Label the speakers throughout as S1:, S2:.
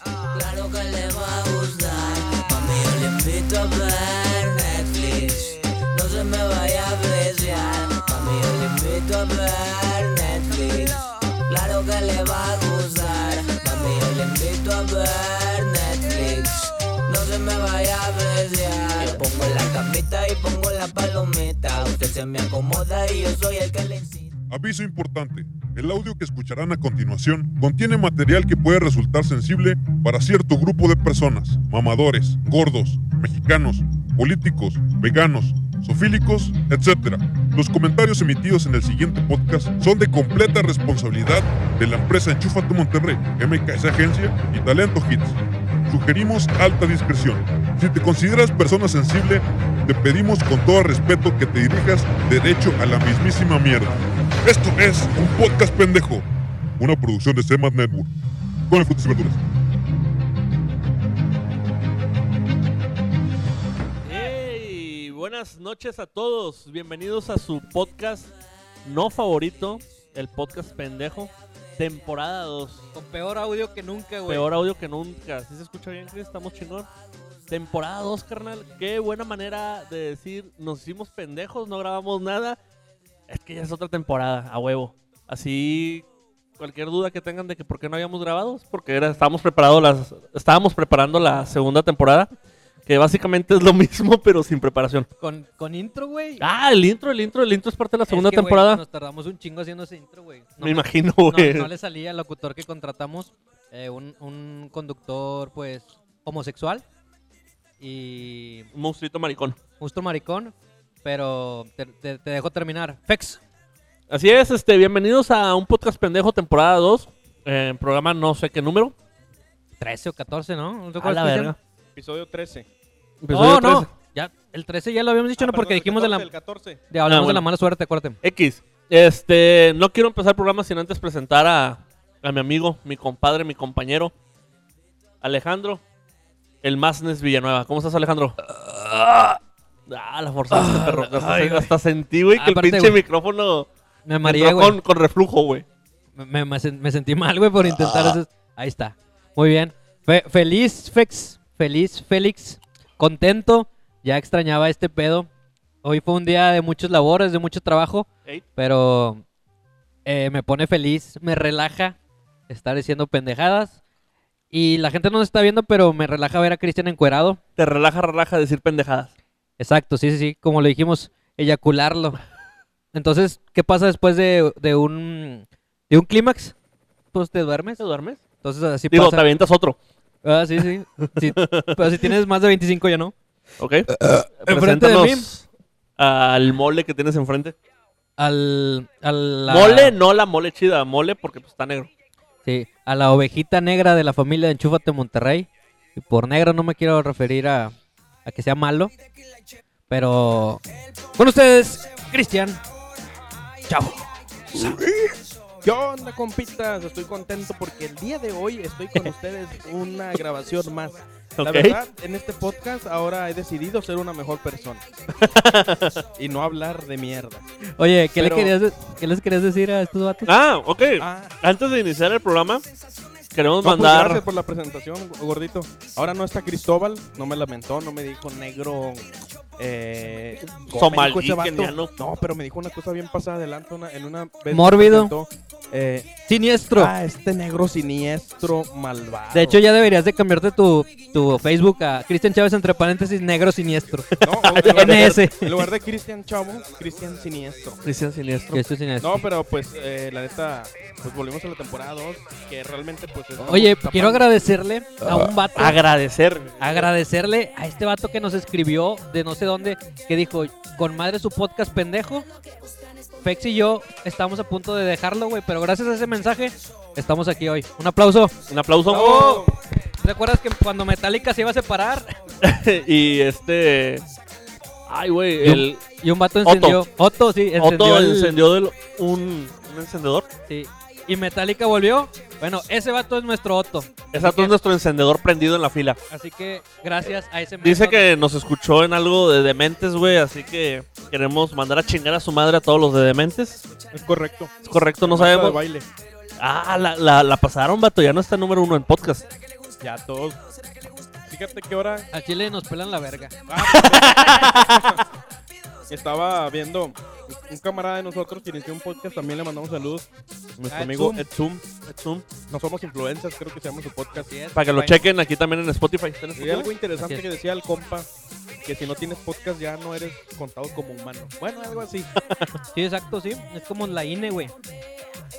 S1: seguro que le va a gustar. Mami, yo le invito a ver Netflix. No se me vaya a apreciar. Mami, yo le invito a ver Netflix. Claro que le va a gustar. Mami, yo le invito a ver Netflix. No se me vaya a apreciar. Yo pongo la camita y pongo la palomita. Usted se me acomoda y yo soy el que le incita.
S2: Aviso importante. El audio que escucharán a continuación contiene material que puede resultar sensible para cierto grupo de personas, mamadores, gordos, mexicanos, políticos, veganos, sofílicos, etc. Los comentarios emitidos en el siguiente podcast son de completa responsabilidad de la empresa Enchúfate Monterrey, MKS Agencia y Talento Hits. Sugerimos alta discreción. Si te consideras persona sensible, te pedimos con todo respeto que te dirijas derecho a la mismísima mierda. Esto es un podcast pendejo, una producción de Semat Network, con el frutas y verduras.
S3: ¡Hey! Buenas noches a todos. Bienvenidos a su podcast no favorito, el podcast pendejo, temporada 2.
S4: Con peor audio que nunca, güey.
S3: Peor audio que nunca. Si se escucha bien, Chris? Estamos chingón. Temporada 2, carnal. Qué buena manera de decir, nos hicimos pendejos, no grabamos nada. Es que ya es otra temporada, a huevo. Así, cualquier duda que tengan de que por qué no habíamos grabado, es porque era, estábamos, preparado las, estábamos preparando la segunda temporada, que básicamente es lo mismo, pero sin preparación.
S4: Con, con intro, güey.
S3: Ah, el intro, el intro, el intro es parte de la
S4: Es
S3: segunda
S4: que, güey,
S3: temporada.
S4: nos tardamos un chingo haciendo ese intro, güey. No,
S3: Me
S4: no-
S3: imagino,
S4: no-
S3: güey.
S4: no le salía al locutor que contratamos eh, un, un conductor, pues, homosexual y
S3: Un monstruito maricón.
S4: justo maricón, pero te, te- te dejo terminar. Fex.
S3: Así es, este, bienvenidos a un podcast pendejo, temporada 2. eh, programa no sé qué número.
S4: 13 o 14, ¿no? ¿No te
S3: A la
S4: acuerdas,
S3: verga.
S4: Cristian?
S5: Episodio 13.
S3: Episodio
S4: Oh, no.
S3: 13.
S4: Ya, el 13 ya lo habíamos dicho,
S5: Ah,
S4: ¿no? Porque
S5: perdón, el
S4: dijimos de la,
S5: 14, el 14.
S4: de- hablamos
S3: Ah, bueno.
S4: de la mala suerte, acuérdate.
S3: X. Este, no quiero empezar el programa sin antes presentar a, a mi amigo, mi compadre, mi compañero, Alejandro, el Masnes Villanueva. ¿Cómo estás, Alejandro? Ah, la forzaste, perro. Hasta,
S4: ay, güey.
S3: hasta sentí, güey, que
S4: Aparte,
S3: el pinche
S4: güey.
S3: micrófono
S4: Me
S3: entró
S4: mareé, güey.
S3: con, con reflujo, güey.
S4: Me, me- me sen- me sentí mal, güey, por intentar eso. Ahí está. Muy bien. Fe- feliz, Fex. Feliz, Félix. Contento. Ya extrañaba este pedo. Hoy fue un día de muchos labores, de mucho trabajo,
S3: Ey.
S4: pero eh, me pone feliz, me relaja estar diciendo pendejadas. Y la gente no nos está viendo, pero me relaja ver a Cristian encuerado.
S3: Te relaja, relaja decir pendejadas.
S4: Exacto, sí, sí, sí, como lo dijimos, eyacularlo. Entonces, ¿qué pasa después de, de un de un clímax? Pues te duermes.
S3: ¿Te duermes?
S4: Entonces así
S3: Digo, te
S4: pasa.
S3: avientas otro.
S4: Ah, sí, sí. Sí, Pero si tienes más de 25 ya no.
S3: ¿Ok?
S4: Eh, Enfrente de mí.
S3: Preséntanos al mole que tienes enfrente.
S4: Al, a la,
S3: Mole, no la mole chida, mole porque pues, está negro.
S4: Sí, a la ovejita negra de la familia de Enchúfate Monterrey. Y por negro no me quiero referir a, a que sea malo. Pero con ustedes, Cristian. Chao.
S5: ¿Qué onda, compitas? Estoy contento porque el día de hoy estoy con ustedes una grabación más. La
S3: Ok.
S5: verdad, en este podcast ahora he decidido ser una mejor persona. y no hablar de mierda.
S4: Oye, ¿qué,
S5: Pero-
S4: le querías, de- qué les querías decir a estos vatos?
S3: Ah, ok.
S5: Ah,
S3: Antes de iniciar el programa, queremos
S5: no, pues,
S3: mandar.
S5: gracias por la presentación, gordito. Ahora no está Cristóbal, no me lamentó, no me dijo negro. Eh, ¿cómo me dijo ese
S3: Somalí,
S5: vato?
S3: keniano.
S5: No, pero me dijo una cosa bien pasada adelante una- en una vez.
S4: Mórbido.
S5: presentó, eh,
S4: Siniestro.
S5: Ah, este negro siniestro, malvado.
S4: De hecho, ya deberías de cambiarte tu, tu Facebook a Cristian Chávez entre paréntesis negro siniestro.
S5: No, o en lugar de-
S4: NS.
S5: En lugar de Cristian Chavo, Cristian Siniestro.
S3: Cristian Siniestro.
S4: Que esto es siniestro.
S5: No, pero pues, eh, la neta, pues volvimos a la temporada 2, que realmente pues... estamos
S4: Oye,
S5: tapando-
S4: quiero agradecerle a
S3: Ah.
S4: un vato.
S3: Agradecer.
S4: agradecerle a este vato que nos escribió de no sé dónde, que dijo, con madre su podcast pendejo. Fex y yo estamos a punto de dejarlo, güey, pero gracias a ese mensaje estamos aquí hoy. Un aplauso.
S3: Un aplauso.
S5: ¡Bravo!
S4: ¿Te acuerdas que cuando Metallica se iba a separar
S3: y este. Ay, güey.
S4: Yo-
S3: El
S4: y un vato
S3: Otto.
S4: encendió... Otto, sí, encendió,
S3: Otto
S4: el-
S3: encendió del- un, un encendedor.
S4: sí. Y Metallica volvió. Bueno, ese vato es nuestro Otto.
S3: Exacto, es nuestro encendedor prendido en la fila.
S4: Así que gracias a ese
S3: Dice
S4: mensaje.
S3: que nos escuchó en algo de dementes, güey. Así que queremos mandar a chingar a su madre a todos los de dementes.
S5: Es correcto.
S3: Es correcto, no
S5: Nota de
S3: sabemos.
S5: baile.
S3: Ah, la, la, la pasaron, vato. Ya no está número uno en podcast.
S5: Ya todos. Fíjate que ahora
S4: A Chile nos pelan la verga.
S5: estaba viendo un camarada de nosotros que inició un podcast. También le mandamos saludos. Nuestro
S4: Ah,
S5: amigo
S4: Etsum.
S3: Zoom.
S5: Etsum. No somos influencers, creo que se llama su podcast.
S3: Para que lo chequen aquí también en Spotify. ¿Está en
S5: Y algo
S3: Spotify?
S5: interesante
S4: Así
S5: que decía el compa, que si no tienes podcast ya no eres contado como humano. Bueno, algo así.
S4: Sí, exacto, sí. Es como la INE, güey.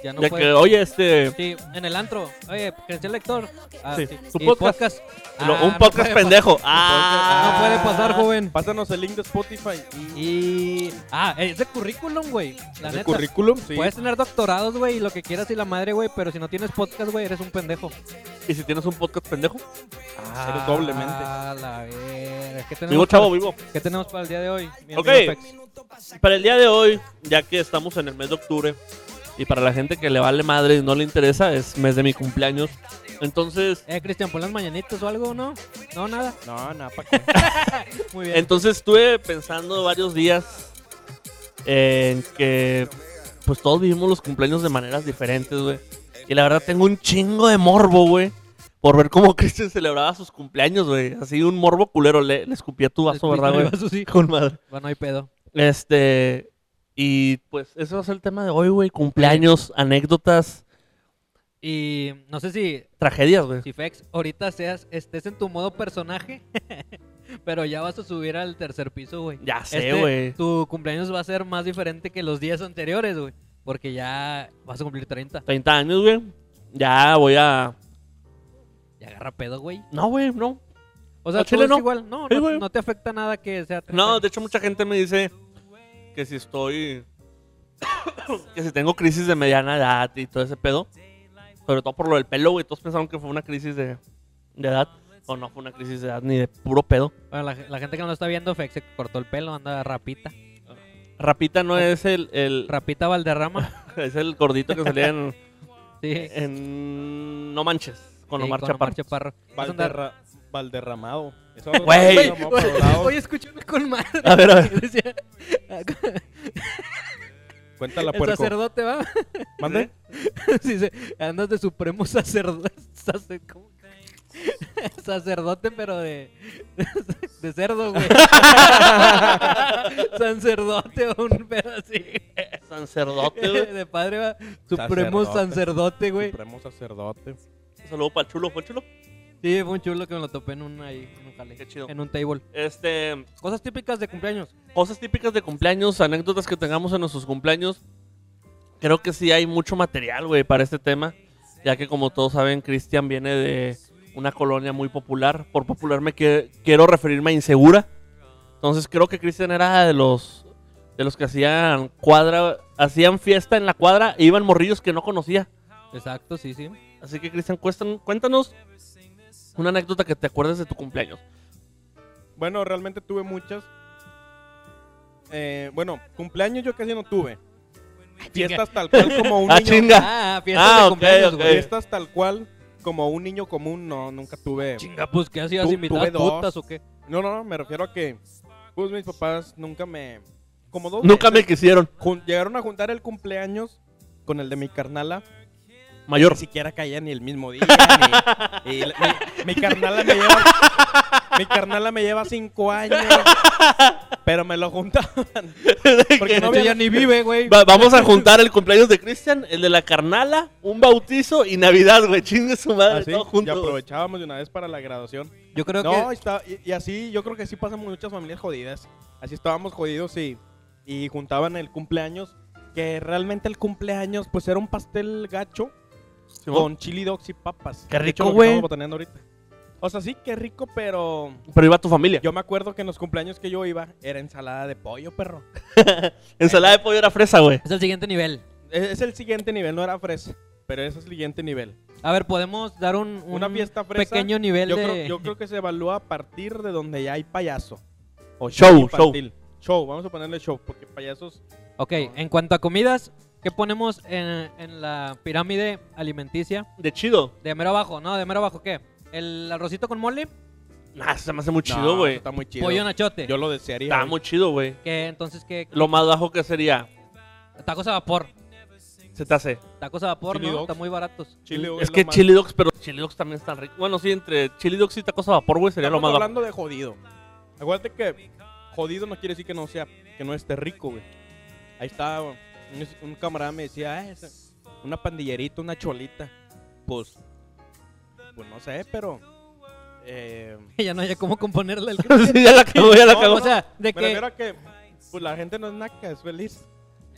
S4: Ya no
S3: ya
S4: puede.
S3: que, oye, este.
S4: Sí, en el antro. Oye, creció el lector. Ah,
S3: Sí,
S4: sí.
S3: su
S4: Y
S3: podcast. lo-
S4: Ah,
S3: un
S4: no
S3: podcast
S4: puede
S3: pendejo.
S4: pa-
S3: Ah,
S4: No puede pasar, joven.
S5: Pásanos el link de Spotify y,
S4: Y. Ah, es de currículum, güey. La
S5: el
S4: neta. pues,
S5: currículum. Sí.
S4: Puedes tener doctorados, güey, y lo que quieras y la madre, güey, pero si no tienes podcast, güey, eres un pendejo.
S3: ¿Y si tienes un podcast pendejo?
S5: eres doblemente.
S4: Ah, la verga. ¿Qué tenemos,
S3: Vivo, chavo, vivo.
S4: para, ¿Qué tenemos para el día de hoy? mi
S3: Ok.
S4: amigo Fex?
S3: Para el día de hoy, ya que estamos en el mes de octubre, y para la gente que le vale madre y no le interesa, es mes de mi cumpleaños. Entonces,
S4: Eh, Cristian, pon las mañanitas o algo, ¿no? No, nada.
S5: No, nada, pa' qué.
S4: Muy bien.
S3: entonces estuve pensando varios días en que pues todos vivimos los cumpleaños de maneras diferentes, güey. Y la verdad tengo un chingo de morbo, güey. Por ver cómo Cristian celebraba sus cumpleaños, güey. Así un morbo culero. Le, le escupía tu vaso,
S4: Escucha,
S3: ¿verdad, güey?
S4: vaso, sí.
S3: Con madre.
S4: Bueno, no hay pedo.
S3: Este. Y pues, ese va a ser el tema de hoy, güey. Cumpleaños, anécdotas,
S4: Y no sé si,
S3: tragedias, güey.
S4: si Fex, ahorita seas, estés en tu modo personaje, pero ya vas a subir al tercer piso, güey.
S3: Ya sé,
S4: Este,
S3: güey.
S4: tu cumpleaños va a ser más diferente que los días anteriores, güey. Porque ya vas a cumplir 30.
S3: 30 años, güey. Ya voy a.
S4: Ya agarra pedo, güey.
S3: No, güey, no.
S4: O sea,
S3: Al
S4: tú
S3: chile
S4: es
S3: no.
S4: igual. No,
S3: Sí,
S4: no,
S3: güey.
S4: no te afecta nada que sea.
S3: No, de hecho, mucha gente me dice que si estoy. que si tengo crisis de mediana edad y todo ese pedo. Sobre todo por lo del pelo, güey. Todos pensaron que fue una crisis de, de edad. O no fue una crisis de edad ni de puro pedo.
S4: Bueno, la, la gente que no lo está viendo, Fex se cortó el pelo, anda rapita.
S3: Rapita no es el, el,
S4: Rapita Valderrama.
S3: es el gordito que salía en,
S4: Sí.
S3: en No Manches con
S4: Sí,
S3: Omar
S4: con
S3: Chaparro.
S4: Chaparro. Vas a andar-
S5: Valderra- Valderramado. Eso
S3: Güey.
S5: Valderramado por los lados.
S4: Oye, escúchame con madre.
S3: A ver, a ver.
S4: Decía,
S5: Cuéntala,
S4: el
S5: puerco.
S4: sacerdote va.
S5: ¿Mande?
S4: Dice, andas de supremo sacerdote. sacerdote, pero de. de cerdo, güey. Sacerdote o un pedo así.
S3: Sacerdote, güey.
S4: De padre va. Supremo sacerdote, güey.
S5: Supremo sacerdote.
S3: Un saludo para el chulo, ¿fue el chulo?
S4: Sí, fue un chulo que me lo topé en un ahí, en un jale.
S3: Qué chido.
S4: En un table.
S3: Este,
S4: Cosas típicas de cumpleaños.
S3: cosas típicas de cumpleaños, anécdotas que tengamos en nuestros cumpleaños. Creo que sí hay mucho material, güey, para este tema. Ya que como todos saben, Cristian viene de una colonia muy popular. Por popular me que- quiero referirme a insegura. Entonces creo que Cristian era de los de los que hacían cuadra, hacían fiesta en la cuadra e iban morrillos que no conocía.
S4: Exacto, sí, sí.
S3: Así que, Cristian, cuestan- cuéntanos una anécdota que te acuerdes de tu cumpleaños.
S5: Bueno, realmente tuve muchas. Eh, bueno, cumpleaños yo casi no tuve. Fiestas tal cual como un
S3: Ah,
S5: niño.
S3: chinga.
S4: Ah, fiestas
S3: Ah,
S4: de
S3: ok,
S4: cumpleaños,
S3: ok.
S4: güey.
S5: Fiestas tal cual como un niño común, no, nunca tuve.
S4: Chinga, pues, ¿qué hacías?
S5: Tu-
S4: ¿Invitadas
S5: tuve dos.
S4: putas o qué?
S5: No, no, no, me refiero a que pues mis papás nunca me como dos
S3: Nunca me
S5: veces
S3: quisieron.
S5: jun- llegaron a juntar el cumpleaños con el de mi carnala,
S3: Mayor.
S5: ni siquiera caía ni el mismo día. ni- y la- mi, mi carnala me lleva mi carnala me lleva cinco años, pero me lo juntaban. Porque
S4: No,
S5: no había
S4: ya ni vive, güey.
S3: Va- vamos a juntar el cumpleaños de Cristian, el de la carnala, un bautizo y Navidad, güey. Chingue su madre,
S5: Así,
S3: todo
S5: Ah, y
S3: junto. güey.
S5: aprovechábamos de una vez para la graduación.
S4: Yo creo
S5: no,
S4: que...
S5: está, y, y así, yo creo que así pasan muchas familias jodidas. Así estábamos jodidos y, y juntaban el cumpleaños, que realmente el cumpleaños pues era un pastel gacho con chili dogs y papas.
S3: Qué
S5: De
S3: rico,
S5: hecho, lo que
S3: güey.
S5: estamos botaneando ahorita. O sea, sí, qué rico, pero
S3: Pero iba tu familia.
S5: yo me acuerdo que en los cumpleaños que yo iba era ensalada de pollo, perro.
S3: Ensalada de pollo era fresa, güey.
S4: Es el siguiente nivel.
S5: E, Es, es el siguiente nivel, no era fresa, pero ese es el siguiente nivel.
S4: A ver, podemos dar un, un
S5: Una fiesta fresa,
S4: pequeño nivel
S5: Yo,
S4: de...
S5: creo, yo creo que se evalúa a partir de donde ya hay payaso. O
S3: Show,
S5: infantil. Show, vamos a ponerle show, porque payasos
S4: Ok, en cuanto a comidas, ¿qué ponemos en, en la pirámide alimenticia?
S3: De chido.
S4: De mero abajo, ¿no? De mero abajo, ¿qué? El arrocito con mole,
S3: Nah, se me hace muy
S5: No,
S3: chido, güey.
S5: Está muy chido.
S4: pollo nachote.
S5: Yo lo desearía.
S3: Está
S5: güey.
S3: muy chido, güey.
S4: ¿Qué? Entonces, ¿qué?
S3: Lo más bajo que sería.
S4: Tacos a vapor.
S3: se te hace.
S4: Tacos a vapor,
S5: Chili
S4: ¿no?
S5: dogs.
S4: Están muy baratos.
S5: Chili dog
S3: es
S5: lo
S3: que
S5: más-
S3: chili dogs, pero chili dogs también están ricos. Bueno, sí, entre chili dogs y tacos a vapor, güey, sería lo
S5: Estamos
S3: más barato.
S5: hablando de jodido. Acuérdate que jodido no quiere decir que no sea, que no esté rico, güey. Ahí está, un, un camarada me decía, "Ah, esa- una pandillerita, una cholita. Pues, pues no sé, pero... eh,
S4: ya no haya cómo componerla. El...
S3: Sí, ya la cagó, ya la
S5: No,
S3: cagó.
S5: no,
S4: o sea, de
S5: me
S4: que...
S5: refiero a que pues, la gente no es naca, es feliz.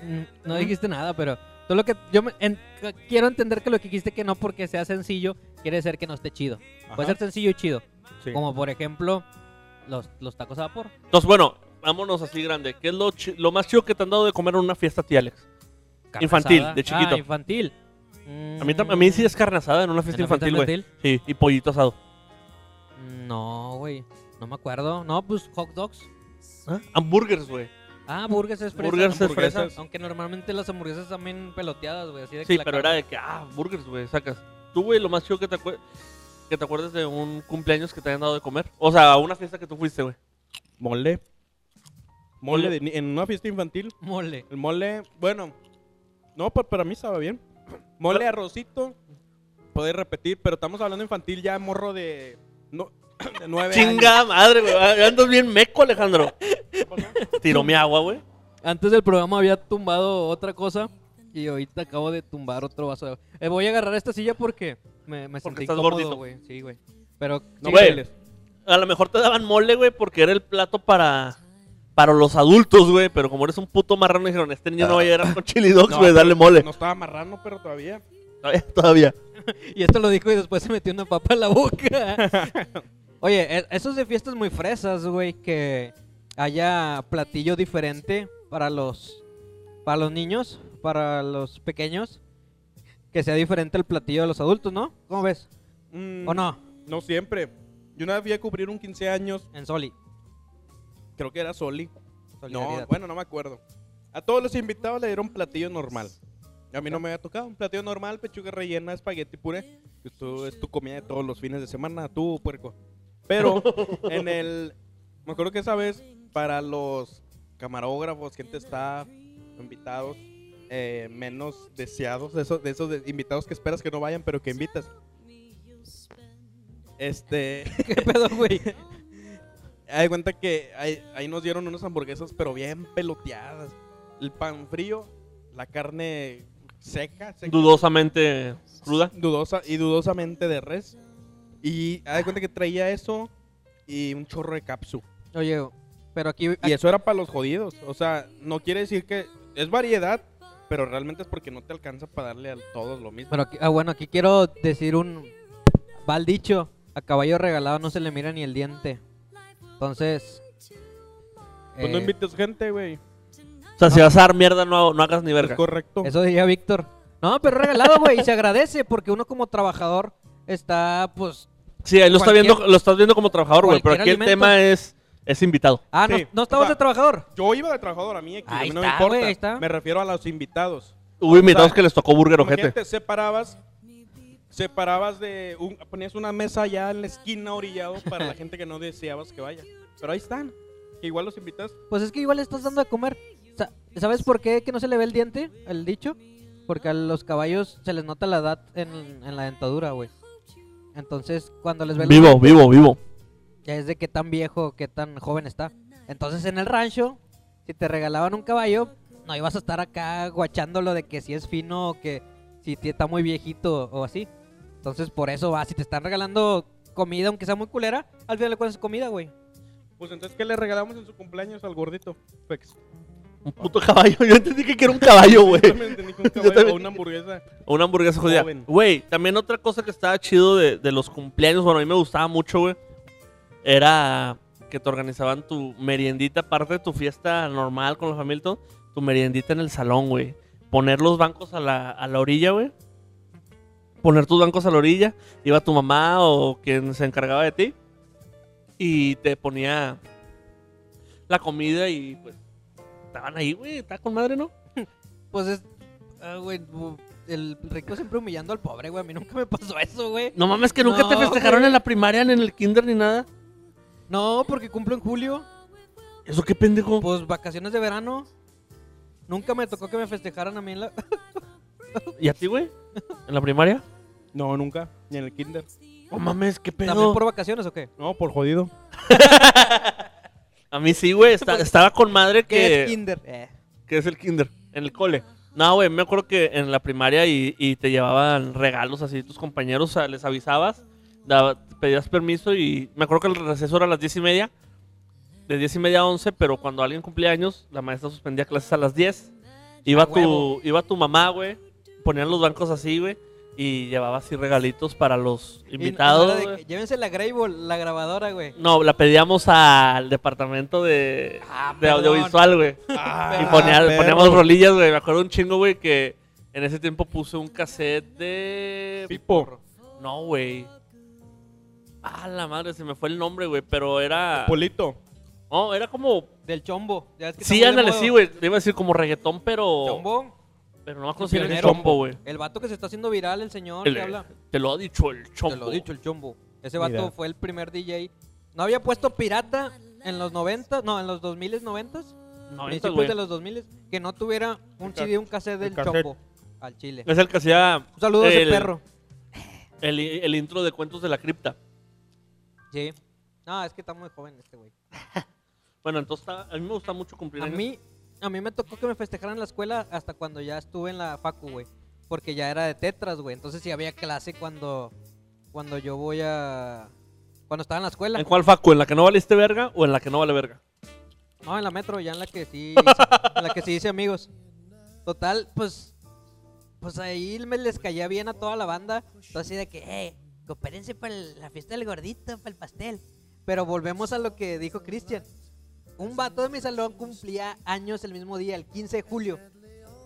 S4: Mm, No dijiste nada, pero todo lo que yo me- en- c- quiero entender que lo que dijiste que no porque sea sencillo quiere decir que no esté chido. Puede ser sencillo y chido,
S5: Sí.
S4: como por ejemplo los, los tacos a vapor.
S3: Entonces, bueno, vámonos así grande. ¿Qué es lo, chi- lo más chido que te han dado de comer en una fiesta, tía Alex?
S4: Carne
S3: Infantil,
S4: asada.
S3: de chiquito.
S4: Ah, infantil.
S3: A mí, tam- a mí sí es carne asada en una fiesta
S4: ¿En la fiesta
S3: infantil, güey.
S4: infantil?
S3: Sí, y pollito asado.
S4: No, güey, no me acuerdo. No, pues hot dogs.
S3: Hamburgers, güey.
S4: Ah, burgers es fresa.
S3: Burgers es
S5: hamburguesas.
S3: fresa.
S4: Aunque normalmente las hamburguesas también peloteadas, güey. así de que
S3: Sí,
S4: la
S3: pero era
S4: carne-
S3: de que, ah, burgers, güey, sacas. Tú, güey, lo más chido que te, acue- que te acuerdes de un cumpleaños que te hayan dado de comer. O sea, a una fiesta que tú fuiste, güey.
S5: Mole. Mole de ni- en una fiesta infantil.
S4: mole.
S5: El mole, bueno, no, pues para mí estaba bien. Mole arrocito, podéis repetir, pero estamos hablando infantil ya, morro de, no, de nueve años.
S3: Chinga madre, güey. Ah, Andas bien meco, Alejandro. Tiro mi agua, güey.
S4: Antes del programa había tumbado otra cosa y ahorita acabo de tumbar otro vaso de agua. Eh, voy a agarrar esta silla porque me, me
S3: Porque
S4: sentí
S3: estás
S4: incómodo,
S3: gordito.
S4: güey. Sí, güey. Pero
S5: No,
S4: sí,
S3: güey.
S5: chiles.
S3: A lo mejor te daban mole, güey, porque era el plato para, para los adultos, güey. Pero como eres un puto marrano, dijeron, este niño no va a llegar con chili dogs,
S5: No,
S3: güey, dale mole.
S5: No estaba marrano, pero todavía.
S3: Todavía, todavía.
S4: y esto lo dijo y después se metió una papa en la boca. Oye, e- esos de fiestas muy fresas, güey, que haya platillo diferente para los para los niños, para los pequeños, que sea diferente al platillo de los adultos, ¿no? ¿Cómo ves?
S5: Mm,
S4: ¿O no?
S5: No siempre. Yo una vez fui a cubrir un 15 años,
S4: En Soli.
S5: creo que era Soli. No,
S4: Solidaridad.
S5: bueno, no me acuerdo. A todos los invitados le dieron platillo normal. A mí no me había tocado un platillo normal, pechuga rellena, espagueti puré. Esto es tu comida de todos los fines de semana, tú, puerco. Pero en el... Me acuerdo que esa vez, para los camarógrafos, gente está invitados, eh, menos deseados, de esos, de esos de- invitados que esperas que no vayan, pero que invitas. Este...
S4: ¿Qué pedo, güey?
S5: Haz de cuenta que ahí, ahí nos dieron unas hamburguesas, pero bien peloteadas. El pan frío, la carne seca, seca,
S3: Dudosamente cruda.
S5: dudosa y dudosamente de res. Y haz de cuenta que traía eso y un chorro de capsu.
S4: Oye, pero aquí,
S5: Y eso era para los jodidos. O sea, no quiere decir que es variedad, pero realmente es porque no te alcanza para darle a todos lo mismo.
S4: Pero aquí- ah, bueno, aquí quiero decir un mal dicho. A caballo regalado no se le mira ni el diente. Entonces...
S5: Pues no
S4: eh,
S5: invites gente, güey.
S3: O sea, si vas a dar mierda, no, no hagas ni
S5: Es
S3: verga.
S5: correcto.
S4: eso diría Víctor. No, pero regalado, güey. y se agradece porque uno como trabajador está, pues...
S3: Sí, ahí lo, está
S4: Cualquier-
S3: viendo, lo estás viendo como trabajador, güey. Pero
S4: cualquier
S3: aquí el
S4: alimento.
S3: tema es, es invitado.
S4: Ah, no,
S5: Sí,
S4: no
S5: o
S4: estamos
S5: sea,
S4: de trabajador.
S5: Yo iba de trabajador a mí, aquí, a
S4: Ahí
S5: mí no
S4: está,
S5: me importa.
S4: güey, ahí está.
S5: Me refiero a los invitados.
S3: Hubo invitados
S5: O sea,
S3: que les tocó burger o gente.
S5: Imagínate, separabas, separabas de, un- ponías una mesa allá en la esquina orillado para la gente que no deseabas que vaya. Pero ahí están, que igual los invitas.
S4: Pues es que igual le estás dando de comer. Sa- ¿Sabes por qué que no se le ve el diente, el dicho? Porque a los caballos se les nota la edad en, en la dentadura, güey. Entonces, cuando les ven los
S3: Vivo, vivo, vivo.
S4: ya es de qué tan viejo, qué tan joven está. Entonces en el rancho, si te regalaban un caballo, no ibas a estar acá guachándolo de que si es fino o que si te- está muy viejito o así. Entonces por eso va, si te están regalando comida, aunque sea muy culera, al final le cuentas comida, güey.
S5: Pues entonces, ¿qué le regalamos en su cumpleaños al gordito? Fex.
S3: Un puto caballo. Yo entendí que quiero un caballo, güey.
S5: Yo también entendí que un caballo
S3: también-
S5: o una hamburguesa.
S3: O una hamburguesa jodida.
S5: Joven.
S3: Güey, también otra cosa que estaba chido de, de los cumpleaños, bueno, a mí me gustaba mucho, güey, era que te organizaban tu meriendita, aparte de tu fiesta normal con la familia y todo, tu meriendita en el salón, güey. Poner los bancos a la, a la orilla, güey. Poner tus bancos a la orilla. Iba tu mamá o quien se encargaba de ti. Y te ponía la comida y pues estaban ahí, güey. Está con madre, ¿no?
S4: Pues es, ah, güey, bu- el rico siempre humillando al pobre, güey. A mí nunca me pasó eso, güey.
S3: No mames, que nunca te
S4: No,
S3: festejaron
S4: güey.
S3: en la primaria, ni en el kinder, ni nada.
S4: No, porque cumplo en julio.
S3: Eso qué pendejo.
S4: Pues vacaciones de verano. Nunca me tocó que me festejaran a mí en la...
S3: ¿Y a ti, güey? ¿En la primaria?
S5: No, nunca. Ni en el kinder.
S3: No mames, qué
S4: ¿También
S3: pedo.
S4: por vacaciones o qué?
S5: No, por jodido.
S3: A mí sí, güey. está- estaba con madre
S4: ¿Qué es
S3: que.
S4: kinder? Eh.
S3: que es el kinder? En el cole. No, güey, me acuerdo que en la primaria y, y te llevaban regalos así tus compañeros, o sea, les avisabas, daba- pedías permiso y me acuerdo que el receso era a las diez y media, de diez y media a once, pero cuando alguien cumplía años, la maestra suspendía clases a las diez. Iba, tu,
S4: huevo.
S3: iba tu mamá, güey, ponían los bancos así, güey, y llevaba así regalitos para los
S4: Y no- y no
S3: invitados.
S4: era de
S3: güey.
S4: que- Llévense la Grayball, la grabadora, güey.
S3: No, la pedíamos al departamento de,
S4: Ah,
S3: de
S4: perdón.
S3: audiovisual, güey.
S5: Ah,
S3: Y ponía-
S5: perro.
S3: poníamos rolillas, güey. Me acuerdo un chingo, güey, que en ese tiempo puse un cassette de.
S5: Pipo.
S3: No, güey. Ah, la madre, se me fue el nombre, güey. Pero era.
S5: Polito.
S3: No, era como.
S4: Del chombo. Ya ves que
S3: Sí,
S4: está muy de
S3: ándale,
S4: moda.
S3: sí, güey. Te iba a decir como reggaetón, pero.
S4: Chombo,
S3: Pero no me acuerdo si era el
S4: Pionero.
S3: chombo, güey.
S4: el vato que se está haciendo viral, el señor
S3: El-
S4: que habla.
S3: Te lo ha dicho el chombo.
S4: Te lo he dicho, el chombo. Ese vato
S5: Mira.
S4: fue el primer DJ. No había puesto pirata en los 90, no, en los 2000s, 90s,
S3: Noventa,
S4: principios
S3: güey.
S4: de los 2000 que no tuviera un
S5: El ca-
S4: CD, un cassette del
S5: el cassette.
S4: chombo al chile.
S3: Es el que hacía
S4: Un saludo a ese
S3: el-
S4: perro.
S3: el, el intro de Cuentos de la Cripta.
S4: Sí. No, es que está muy joven este güey.
S3: Bueno, entonces está- a mí me gusta mucho cumplir
S4: A
S3: años.
S4: mí, a mí me tocó que me festejaran en la escuela hasta cuando ya estuve en la facu, güey. Porque ya era de tetras, güey. Entonces sí había clase cuando, cuando yo voy a... Cuando estaba en la escuela.
S3: ¿En cuál facu? ¿En la que no valiste verga o en la que no vale verga?
S4: No, en la metro, ya en la que sí, en la que sí hice amigos. Total, pues, pues ahí me les caía bien a toda la banda. Entonces así de que, eh, coopérense para la fiesta del gordito, para el pastel. Pero volvemos a lo que dijo Cristian. Un vato de mi salón cumplía años el mismo día, el 15 de julio.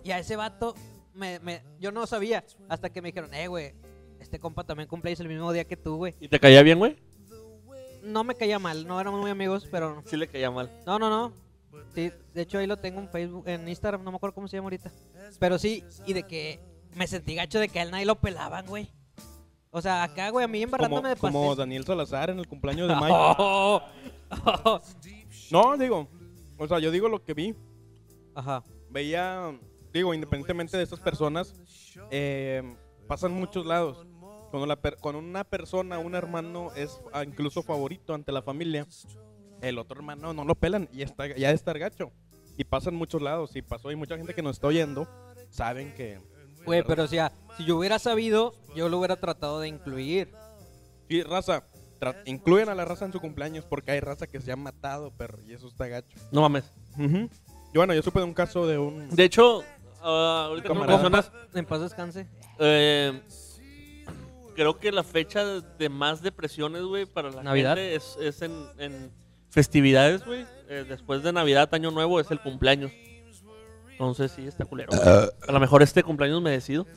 S4: Y a ese vato, me, me- yo no sabía, hasta que me dijeron, eh, güey, este compa también cumple años el mismo día que tú, güey.
S3: ¿Y te caía bien, güey?
S4: No me caía mal, no éramos muy amigos, pero
S3: Sí le caía mal.
S4: no, no, no. Sí, de hecho ahí lo tengo en Facebook, en Instagram, no me acuerdo cómo se llama ahorita. Pero sí, y de que me sentí gacho de que a él nadie lo pelaban, güey. O sea, acá, güey, a mí
S5: Como,
S4: embarrándome de pastel.
S5: como Daniel Salazar en el cumpleaños de Mike.
S4: Oh, oh, oh.
S5: No, digo. O sea, yo digo lo que vi.
S4: Ajá.
S5: veía, digo, independientemente de estas personas, eh, pasan muchos lados. Cuando, la per- cuando una persona, un hermano es ah, incluso favorito ante la familia, el otro hermano no lo pelan y está, ya está gacho. Y pasan muchos lados y pasó. Y mucha gente que nos está oyendo saben que...
S4: Güey, pero o sea, si yo hubiera sabido, yo lo hubiera tratado de incluir.
S5: Sí, raza, tra- incluyen a la raza en su cumpleaños porque hay raza que se ha matado, perro, y eso está gacho.
S3: No mames.
S5: Y bueno, yo supe de un caso de un...
S3: De hecho, ah, ahorita que me
S5: Camarada.
S3: mencionas,
S4: En paz descanse.
S3: eh, creo que la fecha de más depresiones, güey, para la
S4: Navidad.
S3: gente es, es en, en festividades, güey. Eh, después de Navidad, Año Nuevo, es el cumpleaños. Entonces, sí, está culero. güey. A lo mejor este cumpleaños me decido.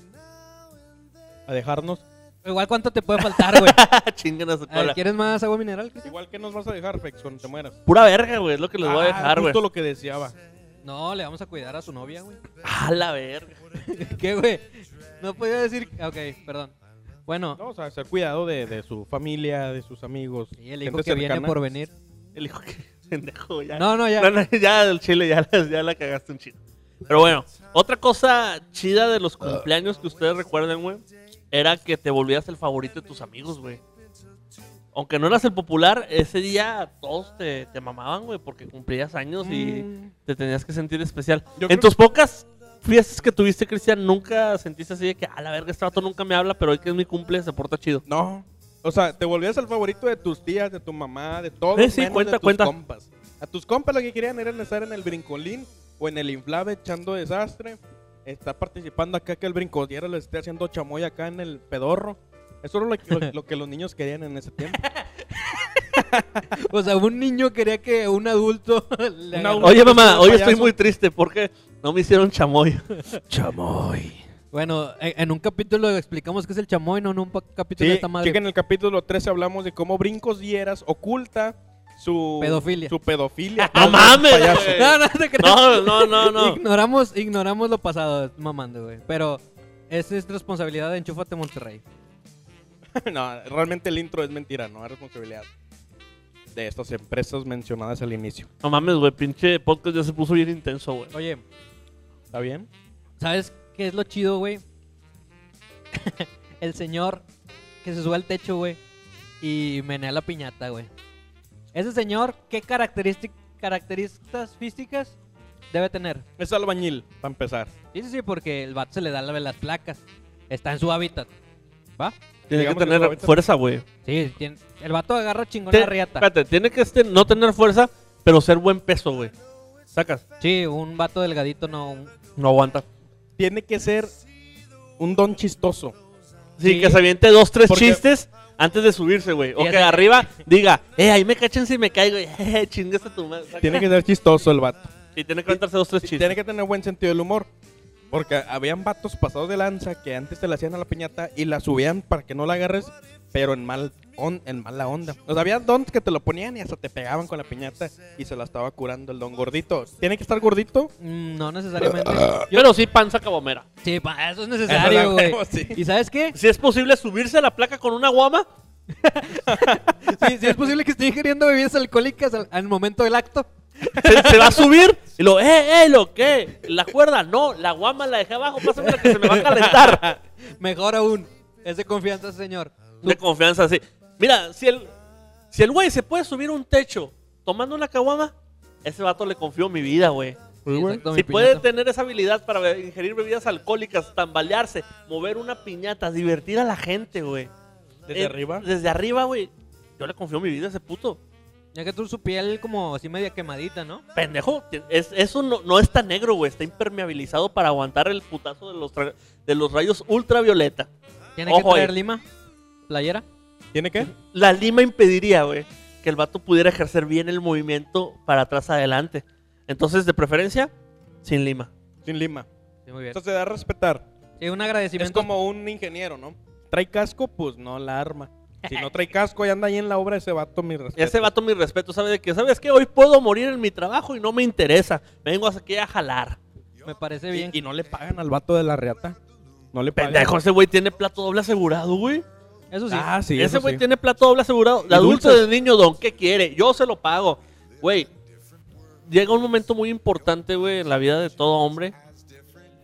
S5: a dejarnos.
S4: Igual cuánto te puede faltar, güey.
S3: Chinguen a su
S4: A ver,
S3: cola.
S4: ¿Quieres más agua mineral? Cristian?
S5: Igual que nos vas a dejar, Fex, cuando te mueras.
S3: Pura verga, güey, es lo que les voy a
S5: Ah,
S3: dejar, güey.
S5: Justo lo que deseaba.
S4: No, le vamos a cuidar a su novia, güey.
S3: A la verga.
S4: ¿Qué, güey? No podía decir... Ok, perdón. Bueno,
S5: No, o sea, ser cuidado de, de su familia, de sus amigos.
S4: y el hijo
S5: gente
S4: que viene
S5: cercana.
S4: por venir.
S3: El hijo que pendejo, ya.
S4: No, no, ya.
S3: No, no, ya el chile, ya, la- ya la cagaste un chile. Pero bueno, otra cosa chida de los cumpleaños que ustedes recuerden, güey, era que te volvías el favorito de tus amigos, güey. Aunque no eras el popular, ese día todos te, te mamaban, güey, porque cumplías años y
S5: Mm,
S3: te tenías que sentir especial. en
S5: Yo creo-
S3: tus pocas fiestas que tuviste, Cristian, nunca sentiste así de que, a la verga, este vato nunca me habla, pero hoy que es mi cumple se porta chido.
S5: No. O sea, te volvías el favorito de tus tías, de tu mamá, de todos.
S3: Eh, sí,
S5: menos
S3: cuenta,
S5: de tus
S3: cuenta.
S5: compas. A tus compas lo que querían era estar en el brincolín o en el inflable echando desastre. Está participando acá que el brincodiero le esté haciendo chamoy acá en el pedorro. Eso era lo que, lo- lo que los niños querían en ese tiempo.
S4: O sea, un niño quería que un adulto le
S5: Un
S4: haga-
S5: adulto.
S3: Oye, mamá,
S5: payaso.
S3: hoy estoy muy triste porque no me hicieron chamoy.
S4: Bueno, en, en un capítulo explicamos qué es el chamoy, no en un pa- capítulo de
S5: Sí,
S4: esta madre.
S5: chequen el capítulo 13 hablamos de cómo brincos dieras oculta su
S4: Pedofilia.
S5: Su pedofilia.
S3: ¡No mames,
S5: Payaso.
S3: güey!
S4: No, no te creas.
S3: No, no, no, no.
S4: Ignoramos, ignoramos lo pasado, mamando, güey. Pero esa es responsabilidad de Enchúfate Monterrey.
S5: No, realmente el intro es mentira, no es responsabilidad de estas empresas mencionadas al inicio.
S3: No mames, güey, pinche podcast ya se puso bien intenso, güey.
S4: Oye,
S5: ¿Está bien?
S4: ¿sabes qué es lo chido, güey? el señor que se sube al techo, güey, y menea la piñata, güey. Ese señor, ¿qué característic- características físicas debe tener?
S5: Es albañil, para empezar.
S4: Sí, sí, sí, porque el vato se le da la- las placas. Está en su hábitat. ¿Va?
S3: Tiene que
S5: Digamos que su
S3: tener
S5: hábitat-
S3: fuerza, güey.
S4: Sí, tiene- el vato agarra chingón
S3: Te-
S4: la riata.
S3: Espérate, tiene que este, no tener fuerza, pero ser buen peso, güey. Sacas.
S4: Sí, un vato delgadito no. un-
S3: No aguanta.
S5: Tiene que ser un don chistoso.
S3: Sí,
S4: Sí.
S3: que se aviente dos, tres
S5: Porque-
S3: chistes antes de subirse, güey. O
S4: Sí,
S3: que
S4: ese-
S3: arriba diga, eh, ahí me cachen si me caigo. Y, eh, chingaste tu madre. Saca.
S5: Tiene que ser chistoso el vato.
S3: Sí, tiene que aventarse dos, tres
S5: Y
S3: chistes.
S5: tiene que tener buen sentido del humor. Porque habían vatos pasados de lanza que antes te la hacían a la piñata y la subían para que no la agarres, pero en mal on- en mala onda. O sea, había dons que te lo ponían y hasta te pegaban con la piñata y se la estaba curando el don gordito. Tiene que estar gordito.
S4: mm, No necesariamente.
S3: Pero sí, panza cabomera.
S4: Sí, pa, eso es
S5: Eso
S4: necesario,
S5: la
S4: güey.
S5: huevo, sí.
S4: ¿Y sabes qué?
S3: Si es posible subirse a la placa con una guama,
S4: Si es posible que esté ingiriendo bebidas alcohólicas al, al momento del acto.
S3: se, se va a subir y lo, eh, eh, lo que, la cuerda, no, la guama la dejé abajo, pásame la que se me va a calentar.
S4: Mejor aún. Es de confianza, ese señor.
S3: De confianza, sí. Mira, si el, si el güey se puede subir a un techo tomando una caguama, ese vato le confío mi vida, güey.
S5: Pues
S4: Sí, exacto, mi
S3: Si puede
S4: piñata.
S3: tener esa habilidad para be- ingerir bebidas alcohólicas, tambalearse, mover una piñata, divertir a la gente, güey.
S5: Desde
S3: Eh,
S5: arriba.
S3: Desde arriba, güey. Yo le confío mi vida a ese puto.
S4: Ya que tú su piel como así media quemadita, ¿no?
S3: Pendejo, ti- es- eso no, no está negro, güey. Está impermeabilizado para aguantar el putazo de los, tra- de los rayos ultravioleta.
S4: Tiene que
S3: Ojo ahí.
S4: traer lima, playera.
S5: ¿Tiene que?
S3: La lima impediría, güey, que el vato pudiera ejercer bien el movimiento para atrás adelante. Entonces, de preferencia, sin lima.
S5: Sin lima.
S4: Sí, muy bien.
S5: Entonces se da a respetar.
S4: Sí, un
S5: Es
S4: agradecimiento.
S5: como un ingeniero, ¿no? Trae casco, pues no la arma. Si no trae casco y anda ahí en la obra, ese vato, mi respeto.
S3: Ese vato, mi respeto, sabe de que, ¿sabes qué? Hoy puedo morir en mi trabajo y no me interesa. Vengo aquí a jalar.
S4: Me parece bien.
S5: Y, y no le pagan al vato de la reata. No le pagan.
S3: Pendejo, ese güey tiene plato doble asegurado, güey.
S4: Eso sí.
S5: Ah, sí.
S3: ese
S5: eso
S3: güey
S5: sí.
S3: tiene plato doble asegurado. La dulce
S5: dulces.
S3: del niño don, ¿qué quiere? Yo se lo pago. Güey, llega un momento muy importante, güey, en la vida de todo hombre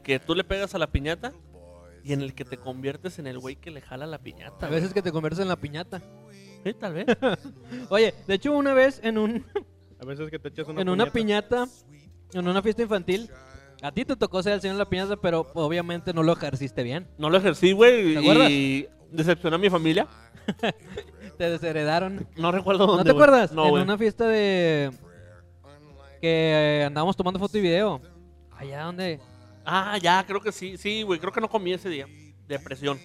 S3: que tú le pegas a la piñata y en el que te conviertes en el güey que le jala la piñata.
S4: a
S3: güey.
S4: veces que te conviertes en la piñata.
S3: Sí, tal vez.
S4: Oye, de hecho, una vez en un
S5: A veces que te echas una
S4: en una piñata, en una fiesta infantil, a ti te tocó ser el señor de la piñata, pero obviamente no lo ejerciste bien.
S3: No lo ejercí, güey,
S4: ¿Te acuerdas?
S3: y decepcioné a mi familia.
S4: Te desheredaron.
S3: No recuerdo dónde.
S4: ¿No te
S3: güey.
S4: acuerdas?
S3: No,
S4: en
S3: güey.
S4: una fiesta de que andábamos tomando foto y video. Allá donde
S3: Ah, ya, creo que sí, sí, güey, creo que no comí ese día. Depresión.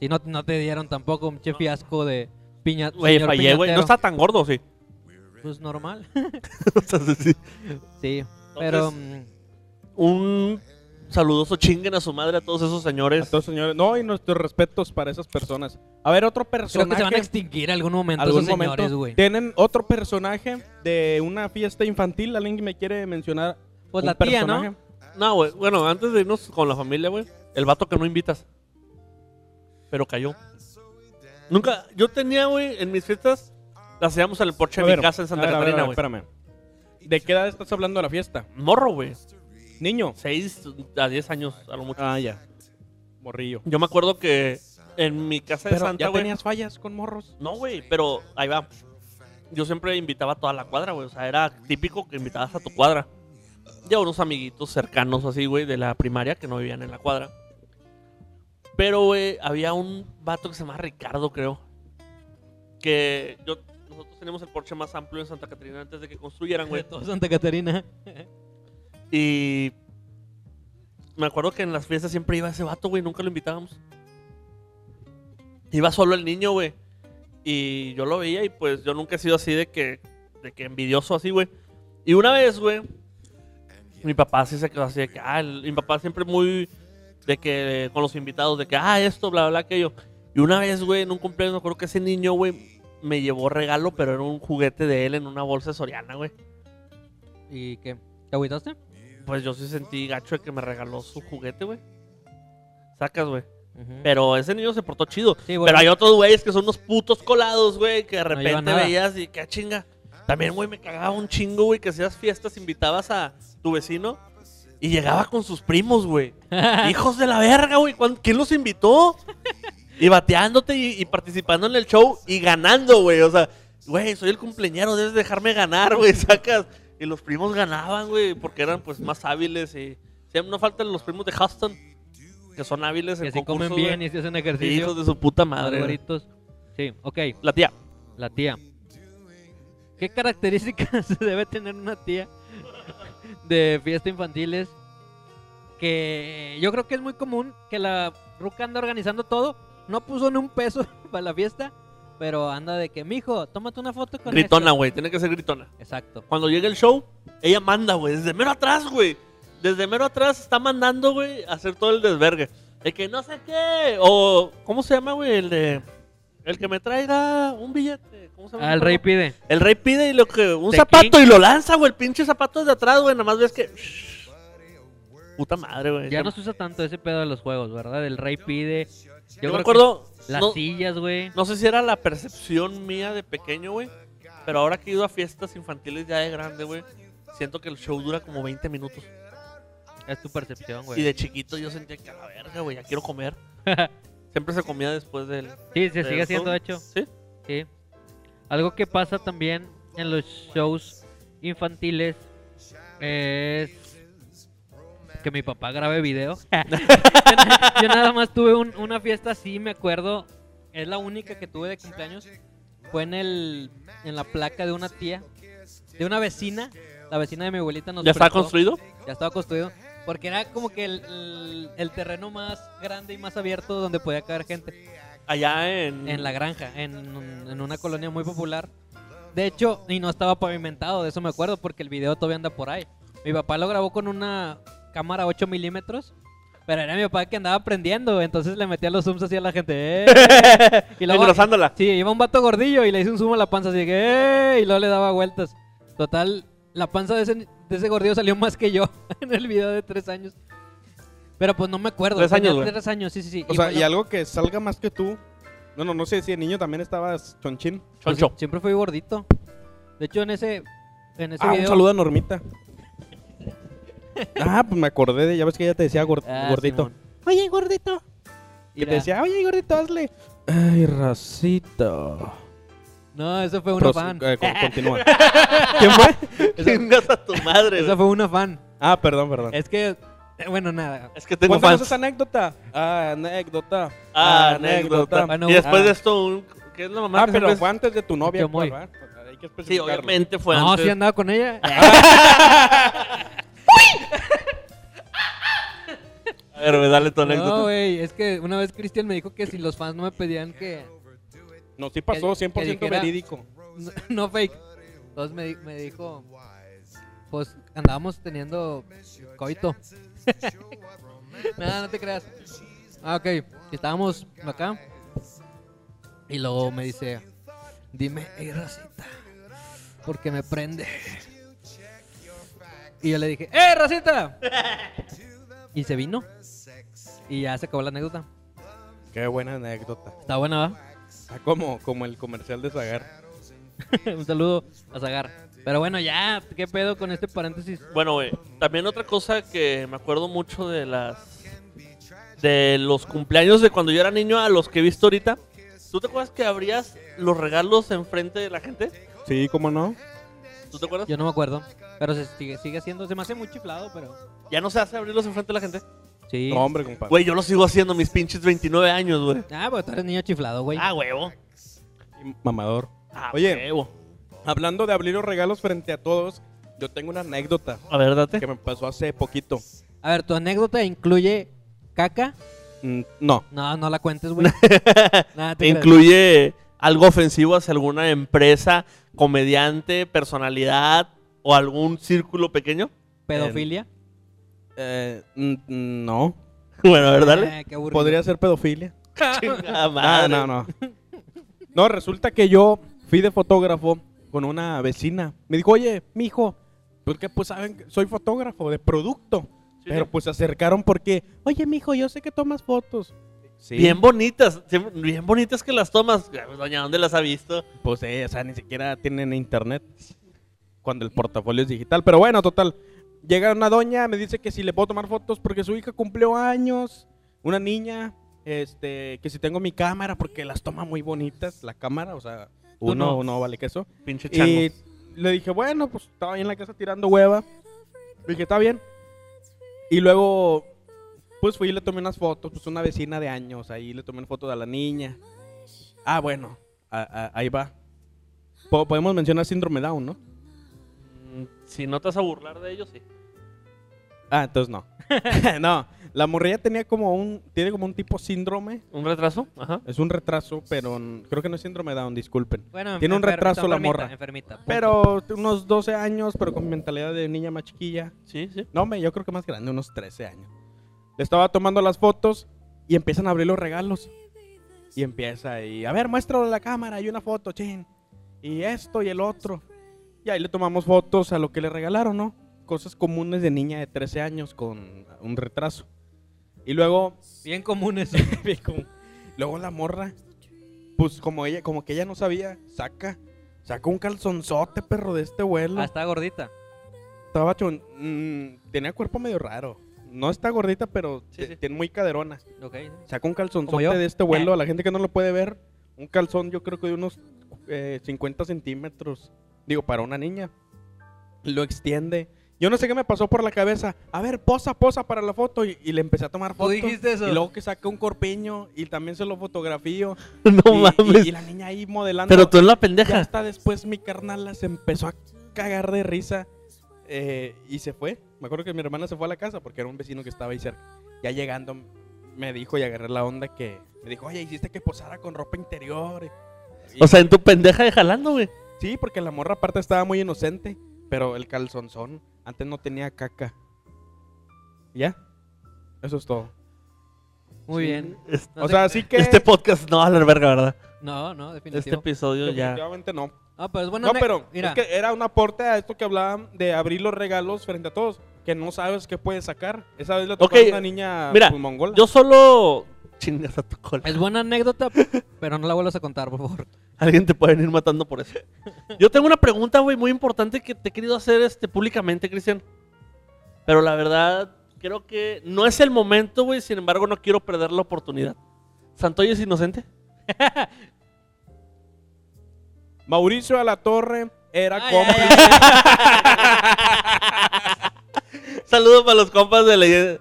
S4: y no, no te dieron tampoco un che fiasco de piña.
S3: Güey,
S4: señor
S3: fallé, güey. No
S4: piñatero.
S3: está tan gordo, sí.
S4: pues normal.
S3: Entonces, sí.
S4: sí, pero
S3: pues,
S4: mm,
S3: Un saludoso chinguen a su madre a todos esos señores.
S5: Entonces, señores, no, y nuestros respetos para esas personas. A ver, otro
S4: creo que
S5: personaje.
S4: se van a extinguir algún momento
S5: algún
S4: esos señores,
S5: momento.
S4: güey.
S5: Tienen otro personaje de una fiesta infantil. ¿Alguien me quiere mencionar?
S4: Pues
S5: un
S4: la tía,
S5: personaje?
S4: ¿no?
S3: No, güey. Bueno, antes de irnos con la familia, güey. El vato que no invitas. Pero cayó. Nunca. Yo tenía, güey, en mis fiestas. Las hacíamos en el porche
S5: A
S3: de mi
S5: ver,
S3: casa en Santa
S5: a ver, a ver,
S3: Catarina,
S5: a ver,
S3: güey.
S5: Espérame. ¿De qué edad estás hablando de la fiesta?
S3: Morro, güey.
S5: Niño.
S3: Seis a diez años, a lo mucho.
S5: Ah, ya. Morrillo.
S3: Yo me acuerdo que en mi casa de
S5: Pero
S3: Santa,
S5: ya
S3: güey.
S5: tenías fallas con morros.
S3: No, güey, pero ahí va. Yo siempre invitaba a toda la cuadra, güey. O sea, era típico que invitabas a tu cuadra. Ya unos amiguitos cercanos así, güey, de la primaria que no vivían en la cuadra. Pero, güey, había un vato que se llama Ricardo, creo. Que yo, nosotros teníamos el porche más amplio en Santa Catarina antes de que construyeran,
S4: De
S3: güey.
S4: todo Santa Catarina.
S3: Y me acuerdo que en las fiestas siempre iba ese vato, güey, nunca lo invitábamos. Iba solo el niño, güey. Y yo lo veía y pues yo nunca he sido así de que, de que envidioso así, güey. Y una vez, güey, mi papá sí se quedó así de que, ah, el- mi papá siempre muy de que con los invitados, de que, ah, esto, bla, bla, aquello. Y una vez, güey, en un cumpleaños, me acuerdo que ese niño, güey, me llevó regalo, pero era un juguete de él en una bolsa de soriana, güey.
S4: ¿Y qué? ¿Te agüitaste?
S3: Pues yo sí sentí gacho de que me regaló su juguete, güey. Sacas, güey.
S4: Ujú.
S3: Pero ese niño se portó chido.
S4: Sí, bueno.
S3: Pero hay otros güeyes que son unos putos colados, güey, que de repente
S4: llevan nada.
S3: veías y qué chinga. También, güey, me cagaba un chingo, güey, que hacías fiestas, invitabas a tu vecino Y llegaba con sus primos, güey. Hijos de la verga, güey. ¿cuán- ¿Quién los invitó? Y bateándote y, y participando en el show y ganando, güey. O sea, güey, soy el cumpleañero, debes dejarme ganar, güey. Sacas. Y los primos ganaban, güey, porque eran pues más hábiles y. sí, no faltan los primos de Houston, que son hábiles en
S4: Que se
S3: concursos,
S4: comen bien
S3: güey.
S4: y se hacen
S3: Sí, Hijos
S4: ejercicio.
S3: de su puta
S4: Madre.
S3: madre. güey.
S4: Sí, ok,
S3: La tía.
S4: la tía. ¿Qué características debe tener una tía de fiesta infantiles? Que yo creo que es muy común que la ruca anda organizando todo. No puso ni un peso para la fiesta, pero anda de que, mijo, tómate una foto con
S3: Gritona,
S4: esto".
S3: güey. Tiene que ser gritona.
S4: Exacto.
S3: Cuando llegue el show, ella manda, güey. Desde mero atrás, güey. Desde mero atrás está mandando, güey, a hacer todo el desvergue. De que no sé qué. O, ¿cómo se llama, güey? El de. El que me traiga un billete. ¿Cómo se llama?
S4: Al Ah, rey pide.
S3: El rey pide y lo que. Un
S4: Tequín.
S3: zapato y lo lanza, güey. El pinche zapato desde atrás, güey. Nada más ves que. Puta madre, güey.
S4: Ya
S3: Yo-
S4: no se usa tanto ese pedo de los juegos, ¿verdad? El rey pide. Yo,
S3: Yo
S4: creo
S3: me
S4: que
S3: acuerdo.
S4: Las
S3: no-
S4: sillas, güey.
S3: No sé si era la percepción mía de pequeño, güey. Pero ahora que he ido a fiestas infantiles ya de grande, güey. Siento que el show dura como 20 minutos.
S4: Es tu percepción,
S3: Y
S4: güey.
S3: de chiquito yo sentía que a la verga, güey, ya quiero comer. Siempre se comía después del.
S4: Sí, se sigue
S3: del
S4: haciendo,
S3: show.
S4: de hecho.
S3: Sí.
S4: Sí. Algo que pasa también en los shows infantiles es que mi papá grabe video. yo, na- yo nada más tuve un- una fiesta así, me acuerdo. Es la única que tuve de cumpleaños. Fue en, el, en la placa de una tía, de una vecina. La vecina de mi abuelita nos
S3: ¿Ya está
S4: prestó-
S3: construido?
S4: ya estaba construido. Porque era como que el, el- el terreno más grande y más abierto donde podía caer gente.
S3: Allá en.
S4: En la granja, en, un- en una colonia muy popular. De hecho, y no estaba pavimentado, de eso me acuerdo, porque el video todavía anda por ahí. Mi papá lo grabó con una cámara 8 milímetros. Pero era mi papá que andaba aprendiendo, entonces le metía los zooms así a la gente. ¡eh! Y luego-
S3: Engrosándola.
S4: Sí, iba un vato gordillo y le hice un zumo a la panza, así que ¡eh! y luego le daba vueltas. Total, la panza de ese, de ese gordillo salió más que yo en el video de tres años. Pero pues no me acuerdo.
S3: Tres
S4: tenía
S3: años, güey.
S4: Tres años, sí, sí, sí.
S5: O sea,
S4: bueno,
S5: y algo que salga más que tú. No, no, no sé si de niño también estabas chonchín.
S4: pues,
S3: Choncho.
S4: Siempre fui gordito. De hecho, en ese, en ese
S5: Ah,
S4: video...
S5: un saludo a Normita. ah, pues me acordé de, ya ves que ella te decía gor-
S4: Ah,
S5: gordito.
S4: Simón.
S5: Oye, gordito. Que
S4: Mira,
S5: te decía, oye, gordito, hazle. Ay, racito.
S4: No, eso fue una
S5: Pros-
S4: fan.
S5: eh, con- continúa. ¿Quién fue?
S3: Chingas a tu madre,
S4: Eso
S3: güey.
S4: fue una fan.
S5: Ah, perdón, perdón.
S4: Es que, eh, bueno, nada.
S3: Es que tengo
S5: Cuéntanos
S3: fans.
S5: esa anécdota. Ah, anécdota.
S3: Ah, anécdota.
S4: Bueno,
S3: y después
S5: ah.
S3: de esto, un- ¿qué es la mamá?
S5: Ah,
S3: que
S5: pero
S3: siempre-
S5: fue antes de tu novia,
S4: Yo voy.
S5: actual, ¿verdad? Hay
S3: Sí,
S5: que especificarlo.
S3: obviamente fue
S4: No,
S3: antes.
S4: sí andaba con ella.
S3: A ver, güey, dale tu anécdota.
S4: No, güey, es que una vez Cristian me dijo que si los fans no me pedían que...
S5: No, sí pasó,
S4: Que-
S5: 100%
S4: que dijera-
S5: verídico.
S4: no, no fake. Entonces me, di- me dijo, pues andábamos teniendo coito. Nada, no te creas. Ah, ok. Estábamos acá. Y luego me dice, dime, hey, Racita, porque me prende. Y yo le dije, ¡eh, Racita! Y se vino. Y ya se acabó la anécdota.
S5: Qué buena anécdota.
S4: Está buena, ¿va?
S5: Está Ah, como, como el comercial de Zagar.
S4: Un saludo a Zagar. Pero bueno, ya, ¿qué pedo con este paréntesis?
S3: Bueno, güey, también otra cosa que me acuerdo mucho de las. de los cumpleaños de cuando yo era niño a los que he visto ahorita. ¿Tú te acuerdas que abrías los regalos enfrente de la gente?
S5: Sí, ¿cómo no?
S3: ¿Tú te acuerdas?
S4: Yo no me acuerdo. Pero se sigue, sigue haciendo. Se me hace muy chiflado, pero.
S3: Ya no se hace abrirlos enfrente de la gente.
S4: Sí.
S5: No, hombre, compadre.
S3: Güey, yo lo sigo haciendo mis pinches 29 años, güey.
S4: Ah, pero tú eres niño chiflado, güey.
S3: Ah, huevo.
S5: Mamador.
S3: Ah,
S5: Oye.
S3: huevo.
S5: Hablando de abrir los regalos frente a todos, yo tengo una anécdota
S3: A ver, date.
S5: que me pasó hace poquito.
S4: A ver, tu anécdota incluye caca.
S5: Mm, no,
S4: No, no la cuentes, güey. Nada, te creas.
S3: Incluye algo ofensivo hacia alguna empresa, comediante, personalidad o algún círculo pequeño.
S4: Pedofilia.
S5: eh, mm, mm, no.
S3: Bueno, a ver, dale.
S4: Eh, qué aburrido.
S5: Podría ser pedofilia.
S3: Chingada
S5: Ah,
S3: madre.
S5: no, no. No, resulta que yo fui de fotógrafo con una vecina. Me dijo, oye, mijo, porque pues saben, que soy fotógrafo de producto.
S3: Sí,
S5: Pero
S3: sí.
S5: pues se acercaron porque, oye, mijo, yo sé que tomas fotos. Sí.
S3: Bien bonitas, siempre- bien bonitas que las tomas. pues, Doña, ¿dónde las ha visto?
S5: Pues, eh, o sea, ni siquiera tienen internet. Cuando el portafolio es digital. Pero bueno, total. Llega una doña, me dice que si le puedo tomar fotos porque su hija cumplió años. Una niña, este, que si tengo mi cámara porque las toma muy bonitas, la cámara, o sea, uno
S3: no.
S5: no vale queso.
S3: Pinche chango.
S5: Y le dije, bueno, pues estaba ahí en la casa tirando hueva. Le dije, está bien. Y luego, pues fui y le tomé unas fotos, pues una vecina de años, ahí le tomé una foto de la niña. Ah, bueno, a- a- ahí va. Po- podemos mencionar síndrome Down, ¿no?
S3: Mm, Si no te vas a burlar de ellos, sí.
S5: Ah, entonces no. no, la morrilla tenía como un, tiene como un tipo síndrome.
S3: ¿Un retraso? Ajá.
S5: Es un retraso, pero n- creo que no es síndrome Down, disculpen.
S4: Bueno,
S5: Tiene un
S4: enfer-
S5: retraso
S4: está
S5: la
S4: enfermita,
S5: morra.
S4: enfermita, punto.
S5: Pero unos 12 años, pero con mentalidad de niña más chiquilla.
S3: Sí, sí.
S5: No, hombre, yo creo que más grande, unos 13 años. Le estaba tomando las fotos y empiezan a abrir los regalos. Y empieza y, a ver, muéstralo a la cámara, hay una foto, chin. Y esto y el otro. Y ahí le tomamos fotos a lo que le regalaron, ¿no? Cosas comunes de niña de 13 años con un retraso. Y luego,
S4: Bien común eso.
S5: luego la morra, pues como ella, como que ella no sabía, saca, saca un calzonzote, perro, de este vuelo.
S4: Ah, está gordita.
S5: Estaba chon... mm, tenía cuerpo medio raro. No está gordita, pero
S3: Sí,
S5: te-
S3: sí.
S5: tiene muy caderona.
S4: Ok.
S5: Sacó un
S4: Como yo. Eh.
S5: calzonzote de este vuelo. A la gente que no lo puede ver, un calzón yo creo que de unos eh, 50 centímetros. Digo, para una niña. Lo extiende. Yo no sé qué me pasó por la cabeza. A ver, posa, posa para la foto. Y, y le empecé a tomar fotos.
S4: dijiste eso?
S5: Y luego que saca un corpiño y también se lo fotografío.
S3: No
S5: y,
S3: mames.
S5: y- y la niña ahí modelando.
S3: Pero tú en la
S5: Ya
S3: pendeja.
S5: hasta después mi carnala se empezó a cagar de risa eh, y se fue. Me acuerdo que mi hermana se fue a la casa porque era un vecino que estaba ahí cerca. Ya llegando me dijo y agarré la onda que me dijo, oye, hiciste que posara con ropa interior. Y-
S3: O sea, en tu pendeja de jalando, güey.
S5: sí, porque la morra aparte estaba muy inocente, pero el calzonzón antes no tenía caca. ¿Ya? Eso es todo.
S4: Muy bien.
S3: Es-
S4: No
S5: o
S4: sé
S5: sea,
S4: qué-
S5: así que...
S3: Este podcast no va a la verga, ¿verdad?
S4: No, no,
S3: Este
S4: definitivo.
S3: episodio ya.
S5: definitivamente no.
S4: no, pero es bueno.
S5: No,
S4: me-
S5: pero
S4: Mira,
S5: es que era un aporte a esto que hablaban de abrir los regalos frente a todos, que no sabes qué puedes sacar. Esa vez le tocó
S3: Ok,
S5: a una niña
S3: mira,
S5: pues, mongola.
S3: Yo solo. Chingas a tu cola.
S4: es buena anécdota, pero no la vuelvas a contar, por favor.
S3: Alguien te pueden ir matando por eso. Yo tengo una pregunta, güey, muy importante que te he querido hacer este, públicamente, Cristian. Pero la verdad, creo que no es el momento, güey. Sin embargo, no quiero perder la oportunidad. ¿Santoy es inocente?
S5: Mauricio a la torre era
S4: Ay,
S5: este, cómplice.
S4: ay, ay,
S3: Saludos para los compas de leye-
S5: de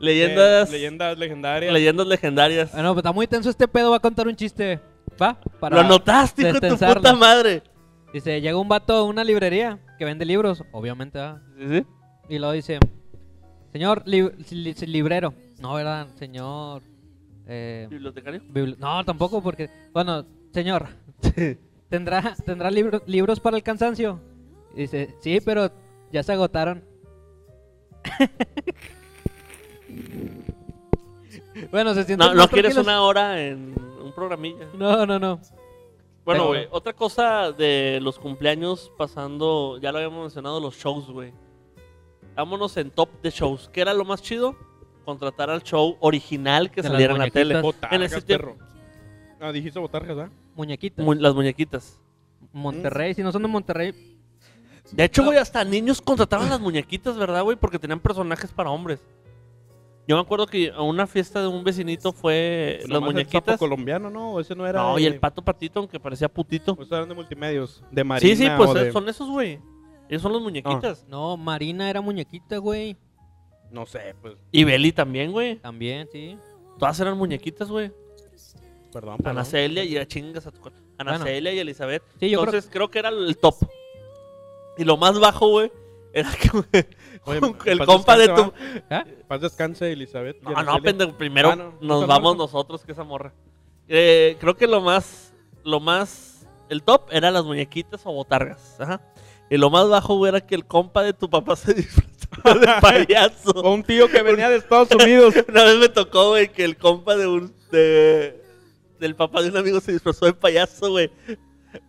S3: leyendas,
S5: leyendas legendarias.
S3: leyendas legendarias.
S4: Eh, Bueno, pues está muy tenso este pedo. Va a contar un chiste. ¿Va? Para
S3: Lo anotaste, hijo de tu
S4: destensarlo.
S3: puta madre.
S4: Dice: Llega un vato a una librería que vende libros. Obviamente, ¿verdad?
S3: Sí, sí.
S4: Y lo dice, señor lib- li- li- librero. No, ¿verdad? Señor... eh,
S3: Bibliotecario.
S4: bibli- no, tampoco, porque... Bueno, señor, ¿tendrá, ¿tendrá libro- libros para el cansancio? Y dice, sí, pero ya se agotaron. bueno, se siente...
S3: No, no quieres una hora en un programilla.
S4: No, no, no.
S3: Bueno,
S4: Pero-
S3: güey, otra cosa de los cumpleaños pasando, ya lo habíamos mencionado, los shows, güey. Vámonos en top de shows. ¿Qué era lo más chido? Contratar al show original que
S4: De las
S3: saliera en la tele.
S4: muñequitas.
S5: Botargas,
S3: En ese tiempo- Eh,
S5: perro. Ah, dijiste botargas, ¿verdad?
S4: Muñequita.
S3: Mu- las muñequitas.
S4: Monterrey, si no son de Monterrey...
S3: De hecho, güey, hasta niños contrataban las muñequitas, ¿verdad, güey? Porque tenían personajes para hombres. Yo me acuerdo que a una fiesta de un vecinito fue las
S5: Pues Nomás el sapo
S3: muñequitas.
S5: colombiano, ¿no? Ese no era.
S3: No, y
S5: de-
S3: el pato patito, aunque parecía putito.
S5: Pues eran de multimedios. De
S3: sí,
S5: Marina.
S3: sí, pues
S5: o de-
S3: son esos, güey. Ellos son las muñequitas.
S4: No, Marina era muñequita, güey.
S5: No sé, pues.
S3: Y Beli también, güey.
S4: También, sí.
S3: Todas eran muñequitas, güey.
S5: Perdón, perdón.
S3: Ana Celia y a chingas a tu cual- Ana
S4: Bueno.
S3: Celia y Elizabeth.
S4: Sí, yo creo
S3: Entonces creo... que era el top. Y lo más bajo, güey, era que güey,
S5: Oye,
S3: el
S5: paz
S3: compa de tu.
S5: descanse,
S4: ¿Eh?
S5: ¿va? Paz descanse, Elizabeth. y
S3: No,
S5: Ana
S3: no,
S5: Celia.
S3: pendejo. Primero
S5: Ah, no, no
S3: nos
S5: tan
S3: vamos
S5: bajo.
S3: nosotros que esa morra. Eh, creo que lo más. Lo más. El top era las muñequitas o botargas. Ajá. Y lo más bajo, güey, era que el compa de tu papá se disfrazaba de payaso.
S5: O un tío que venía de Estados Unidos.
S3: Una vez me tocó, güey, que el compa de un. de- del papá de un amigo se disfrazó de payaso, güey.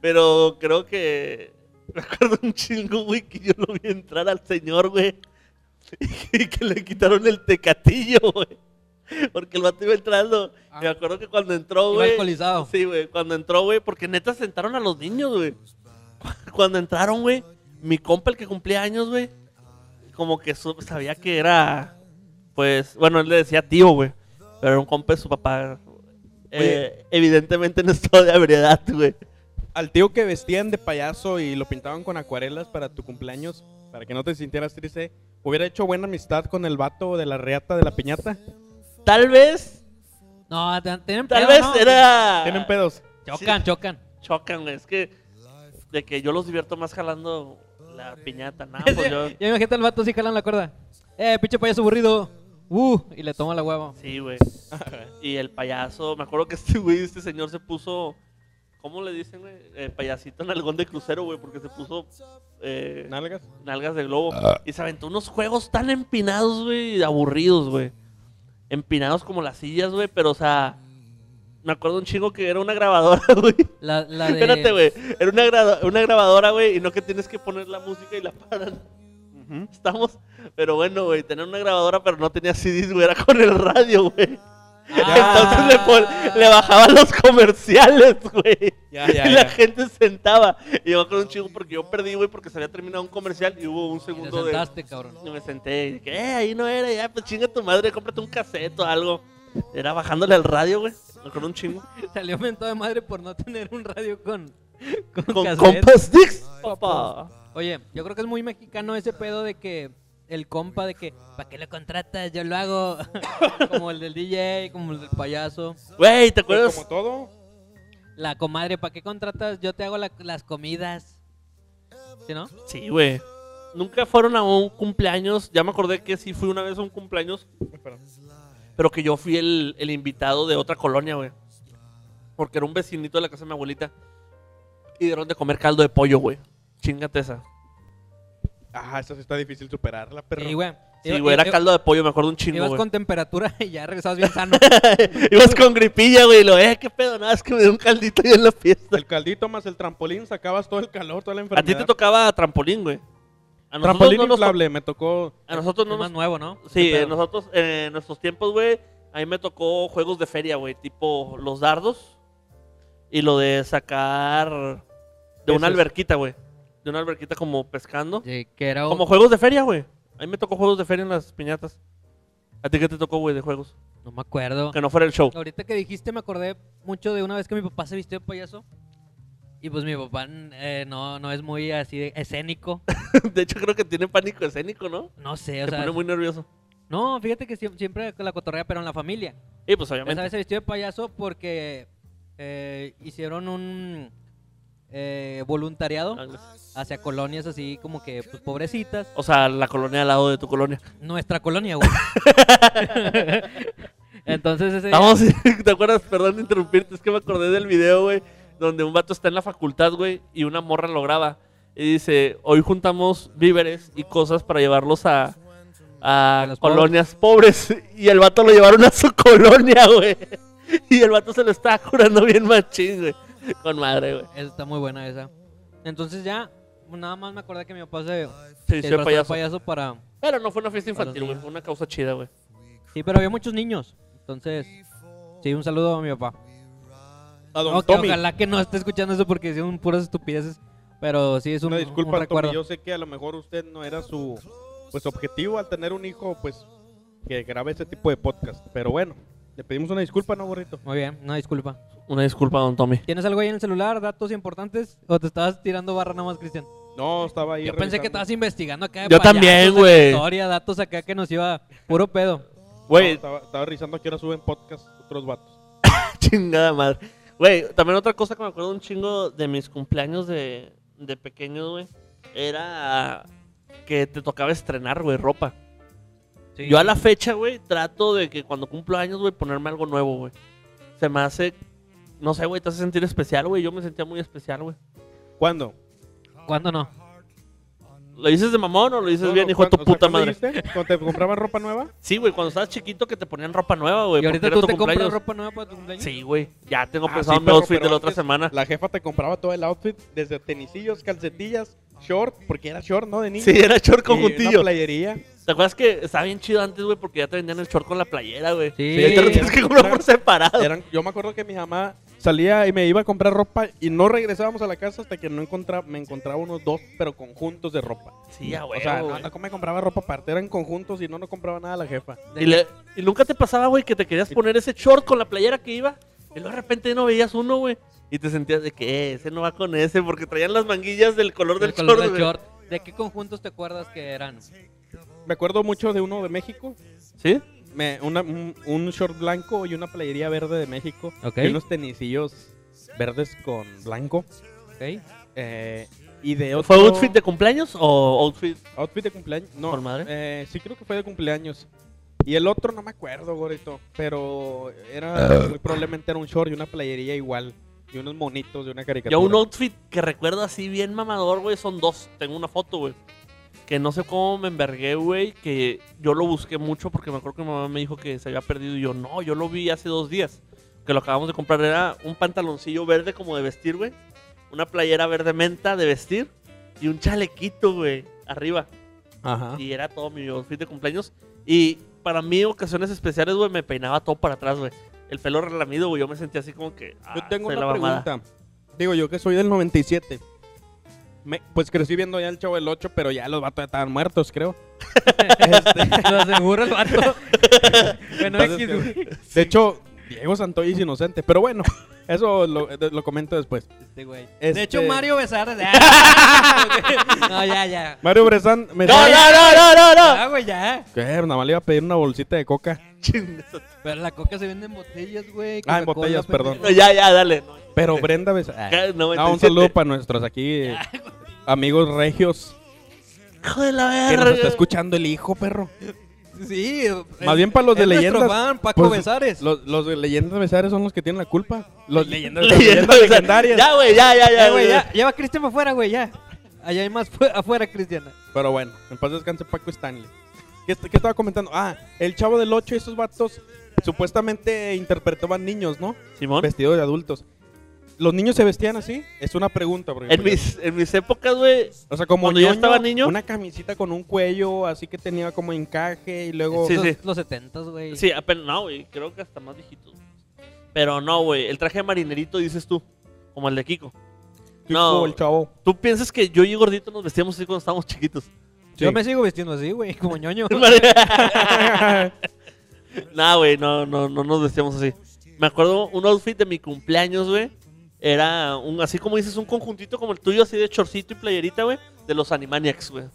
S3: Pero creo que. Me acuerdo un chingo, güey, que yo lo vi entrar al señor, güey. Y que le quitaron el tecatillo, güey. Porque el vato iba entrando.
S4: Ah.
S3: Me acuerdo que cuando entró,
S4: Iba
S3: güey.
S4: alcoholizado.
S3: Sí, güey. Cuando entró, güey. Porque neta sentaron a los niños, güey. Cuando entraron, güey. Mi compa, el que cumplía años, güey. como que su- sabía que era. Pues, bueno, él le decía tío, güey. Pero era un compa de su papá. Eh, evidentemente en estado de ebriedad, güey.
S5: Al tío que vestían de payaso y lo pintaban con acuarelas para tu cumpleaños, para que no te sintieras triste, hubiera hecho buena amistad con el vato de la reata de la piñata.
S3: Tal vez,
S4: No, te- tienen
S3: tal
S4: pedo,
S3: vez
S4: ¿no?
S3: era.
S5: Tienen pedos.
S4: Chocan, chocan.
S3: Chocan, güey. Es que. De que yo los divierto más jalando la piñata, nada.
S4: Ya
S3: Pues yo.
S4: me imagino al vato así jalan la cuerda. Eh, pinche payaso aburrido. Uh, y le toma la huevo.
S3: Sí, güey. y el payaso, me acuerdo que este güey, este señor se puso, ¿cómo le dicen, güey? Eh, payasito nalgón de crucero, güey, porque se puso eh,
S5: ¿Nalgas?
S3: nalgas de globo. Y se aventó unos juegos tan empinados, güey, y aburridos, güey. Empinados como las sillas, güey, pero o sea, me acuerdo un chingo que era una grabadora, güey.
S4: La, la de...
S3: Espérate, güey. Era una, gra- una grabadora, güey, y no que tienes que poner la música y la paran. Estamos, pero bueno, güey, tener una grabadora, pero no tenía CDs, güey, era con el radio, güey.
S4: Ah.
S3: Entonces le, pon- le bajaban los comerciales, güey.
S5: Ya, ya,
S3: y la
S5: ya.
S3: gente sentaba. Y yo con un chico porque yo perdí, güey, porque se había terminado un comercial y hubo un
S4: Y te
S3: segundo de.
S4: sentaste, cabrón.
S3: Y me senté y dije, eh, ahí no era, ya, pues chinga tu madre, cómprate un cassette o algo. Era bajándole al radio, güey. Con un chingo.
S4: Salió mentado de madre por no tener un radio con... Con,
S3: Con
S4: cassette.
S3: compas dicks, papá.
S4: Oye, yo creo que es muy mexicano ese pedo de que el compa de que, ¿para qué lo contratas? Yo lo hago. como el del DJ, como el del payaso.
S3: Güey, ¿te
S5: Pues
S3: acuerdas?
S5: como todo,
S4: La comadre, ¿para qué contratas? Yo te hago la- las comidas. ¿Sí, no?
S3: Sí, güey. Nunca fueron a un cumpleaños. Ya me acordé que sí fui una vez a un cumpleaños. Pero que yo fui el, el invitado de otra colonia, güey. Porque era un vecinito de la casa de mi abuelita. Y dieron de comer caldo de pollo, güey. Chingate esa.
S5: ajá, eso sí está difícil superarla, perro.
S4: Sí, güey.
S3: Sí,
S4: Iba-
S3: güey, era
S4: iba-
S3: caldo de pollo, me acuerdo un chingo,
S4: Ibas
S3: güey.
S4: con temperatura y ya regresabas bien sano.
S3: Ibas con gripilla, güey. y Lo, eh, qué pedo, nada, es que me dio un caldito ahí en la fiesta.
S5: El caldito más el trampolín, sacabas todo el calor, toda la
S3: A
S5: enfermedad.
S3: ti te tocaba trampolín, güey. A nosotros
S5: Trampolín
S3: no nos to-
S5: inflable, me tocó.
S3: A nosotros no
S4: es
S3: nos
S4: más nuevo, ¿no?
S3: Sí,
S4: Ese
S3: eh,
S4: pedo.
S3: nosotros eh, en nuestros tiempos, güey, a mí me tocó juegos de feria, güey, tipo los dardos y lo de sacar de
S5: Peces.
S3: una alberquita, güey. De una alberquita como pescando.
S4: Sí, que era un-
S3: Como juegos de feria, güey. A mí me tocó juegos de feria en las piñatas. ¿A ti qué te tocó, güey, de juegos?
S4: No me acuerdo.
S3: Que no fuera el show.
S4: Ahorita que dijiste me acordé mucho de una vez que mi papá se vistió de payaso. Y pues mi papá mm, eh, no, no es muy así de escénico.
S3: De hecho, creo que tiene pánico escénico, ¿no?
S4: No sé, o
S3: Se
S4: sea...
S3: pone muy nervioso.
S4: No, fíjate que siem- siempre con la cotorrea, pero en la familia.
S3: Y pues
S4: Esa
S3: obviamente.
S4: vez se vistió de payaso porque eh, hicieron un eh, voluntariado hacia colonias así como que pues, pobrecitas.
S3: Ah, O sea, la colonia al lado de tu colonia.
S4: Nuestra colonia, güey. Entonces ese día-
S3: Vamos, Ah, ¿te acuerdas? Perdón de interrumpirte, es que me acordé del video, güey, donde un vato está en la facultad, güey, y una morra lo graba. Y dice, hoy juntamos víveres y cosas para llevarlos a, a
S4: A los
S3: colonias pobres. Y el vato lo llevaron a su colonia, güey. Y el vato se lo estaba curando bien machín, güey. Con madre, güey.
S4: Esa Está muy buena esa. Entonces ya, nada más me acordé que mi papá se,
S3: Se
S4: se
S3: hizo
S4: disfrazó
S3: el
S4: de
S3: payaso.
S4: payaso para...
S3: Pero no fue una fiesta
S4: Para
S3: infantil,
S4: los
S3: güey.
S4: niños.
S3: Fue una causa chida, güey.
S4: Sí, pero había muchos niños. Entonces, sí, un saludo a mi papá.
S5: A don
S4: No, que
S5: Tommy.
S4: ojalá que no esté escuchando eso porque son puras estupideces. Pero sí, es un,
S5: Una
S4: un
S5: disculpa,
S4: recuerdo.
S5: Tommy. Yo sé que a lo mejor usted no era su pues objetivo al tener un hijo, pues que grabe este tipo de podcast. Pero bueno, le pedimos una disculpa, ¿no, gorrito?
S4: Muy bien, una disculpa.
S3: Una disculpa, don Tommy.
S4: ¿Tienes algo ahí en el celular? ¿Datos importantes? ¿O te estabas tirando barra nada más, Cristian?
S5: No, estaba ahí.
S4: Yo pensé que
S5: revisando.
S4: estabas investigando acá. de
S3: Yo
S4: payasos,
S3: también,
S4: de
S3: güey.
S4: Historia, datos acá que nos iba puro pedo.
S5: No,
S3: Güey,
S5: estaba, estaba revisando que ahora suben podcast otros vatos.
S3: Chingada madre. Güey, también otra cosa que me acuerdo un chingo de mis cumpleaños de, de pequeño, güey, era que te tocaba estrenar, güey, ropa. Yo a la fecha, güey, trato de que cuando cumplo años, güey, ponerme algo nuevo, güey. Se me hace, no sé, güey, te hace sentir especial, güey. Yo me sentía muy especial, güey.
S5: ¿Cuándo?
S4: ¿Cuándo no?
S3: ¿Lo dices de mamón o lo dices
S5: No,
S3: bien,
S5: no,
S3: hijo de tu
S5: ¿cuándo? O sea,
S3: puta
S5: ¿cuándo
S3: madre?
S5: dijiste? ¿Cuándo te compraban ropa nueva?
S3: Sí, güey, cuando estabas chiquito que te ponían ropa nueva, güey.
S4: ¿Y
S3: porque
S4: ahorita
S3: era
S4: tú
S3: tu
S4: te compras
S3: cumpleaños.
S4: ropa nueva para tu cumpleaños?
S3: Sí, güey. Ya tengo
S5: Ah,
S3: pensado
S5: sí,
S3: mi
S5: perro,
S3: outfit
S5: pero
S3: de la otra
S5: antes
S3: semana.
S5: La jefa te compraba todo el outfit, desde tenisillos, calcetillas, short, porque era short, ¿no? De niño.
S3: Sí, era short
S5: Y Una
S3: conjuntillo.
S5: playería.
S3: ¿Te acuerdas que estaba bien chido antes, güey? Porque ya te vendían el short con la playera, güey.
S4: Sí.
S3: Y ahorita lo tienes que comprar por separado.
S5: Eran, yo me acuerdo que mi mamá salía y me iba a comprar ropa y no regresábamos a la casa hasta que no encontra, me encontraba unos dos, pero conjuntos de ropa.
S3: Sí, a
S5: o sea,
S3: huevo,
S5: no,
S3: güey.
S5: no me compraba ropa aparte, eran conjuntos y no, no compraba nada la jefa.
S3: y, le- y nunca te pasaba, güey, que te querías poner ese short con la playera que iba. Y luego de repente no veías uno, güey. Y te sentías de que "Eh, ese no va con ese. Porque traían las manguillas del color del
S4: El color
S3: short,
S4: del
S3: güey.
S4: short. ¿De qué conjuntos te acuerdas que eran?
S5: Me acuerdo mucho de uno de México,
S3: ¿Sí?
S5: me- una- un, un short blanco y una playería verde de México.
S4: Ok.
S5: Y unos tenisillos verdes con blanco.
S4: Ok. Este,
S5: eh, y de otro
S3: ¿Fue outfit de cumpleaños o outfit?
S5: outfit de cumpleaños. No,
S3: ¿Con madre?
S5: eh, sí creo que fue de cumpleaños. Y el otro no me acuerdo, Gorito. Pero era muy probablemente era un short y una playería igual. Y unos monitos de una caricatura.
S3: Yo un outfit que recuerdo así bien mamador, güey, son dos. Tengo una foto, güey. Que no sé cómo me envergué, güey, que yo lo busqué mucho porque me acuerdo que mi mamá me dijo que se había perdido y yo, no, yo lo vi hace dos días. Que lo acabamos de comprar, era un pantaloncillo verde como de vestir, güey. Una playera verde menta de vestir y un chalequito, güey, arriba.
S5: Ajá.
S3: Y era todo mi outfit de cumpleaños. Y para mí, ocasiones especiales, güey, me peinaba todo para atrás, güey. El pelo relamido, güey, yo me sentía así como que... ah,
S5: Yo tengo
S3: soy
S5: una
S3: la mamada.
S5: pregunta. Digo, yo que soy del 97. Me- pues crecí viendo ya el Chavo del 8, pero ya los vatos ya estaban muertos, creo.
S4: Lo aseguro el vato. bueno,
S5: Entonces,
S4: X, güey.
S5: De hecho, Diego Santoy es inocente, pero bueno, eso lo, de- lo comento después.
S4: Este güey.
S5: Este-
S4: De hecho, Mario Besar. no, ya, ya.
S5: Mario Bresan me
S3: No, no, no, no, no, no.
S4: Ah, güey, ya.
S5: ¿Qué? Nada más le iba a pedir una bolsita de coca.
S4: Pero la coca se vende en botellas, güey.
S5: Ah,
S4: Coca-Cola,
S5: en botellas, perdón.
S4: pendejo.
S3: No, ya, ya, dale. No,
S5: Pero Brenda Besan.
S3: Ca-
S5: Ah,
S3: 97.
S5: un saludo para nuestros aquí eh, amigos regios.
S3: Hijo de la
S5: Que
S3: verga.
S5: nos está escuchando el hijo, perro.
S4: Sí. es-
S5: Más bien para los de
S4: es nuestro
S5: leyendas.
S4: fan, Paco
S5: Pues,
S4: Besares.
S5: Los, los de leyendas besares son los que tienen la culpa. Los leyendas,
S3: Leyendo
S5: leyendas
S3: esa-
S5: legendarias.
S3: Ya, güey, ya, ya, ya,
S4: Eh, güey,
S3: güey.
S4: ya, lleva a Cristian para afuera, güey, ya. Allá hay más fu- afuera, Cristian.
S5: Pero bueno, en paz descanse Paco Stanley. ¿Qué, est- qué estaba comentando? Ah, el chavo del 8 y esos vatos supuestamente interpretaban niños, ¿no?
S3: Simón,
S5: Vestidos de adultos. ¿Los niños se vestían así? Es una pregunta. porque-
S3: en mis, en mis épocas, güey.
S5: O sea, como
S3: cuando yo
S5: ñoño,
S3: estaba niño-
S5: Una camisita con un cuello así que tenía como encaje y luego...
S3: Sí,
S4: los,
S3: sí.
S4: los 70, güey.
S3: Sí, apenas, no, güey. Creo que hasta más viejitos. Pero no, güey. El traje de marinerito, dices tú. Como el de Kiko.
S5: tipo
S3: no.
S5: el chavo.
S3: Tú piensas que yo y gordito nos vestíamos así cuando estábamos chiquitos.
S4: Yo me sigo vestiendo así, güey, como ñoño.
S3: Nah, güey, no, no, no nos vestíamos así. Me acuerdo un outfit de mi cumpleaños, güey. Era un, así como dices, un conjuntito como el tuyo, así de chorcito y playerita, güey, de los Animaniacs, güey.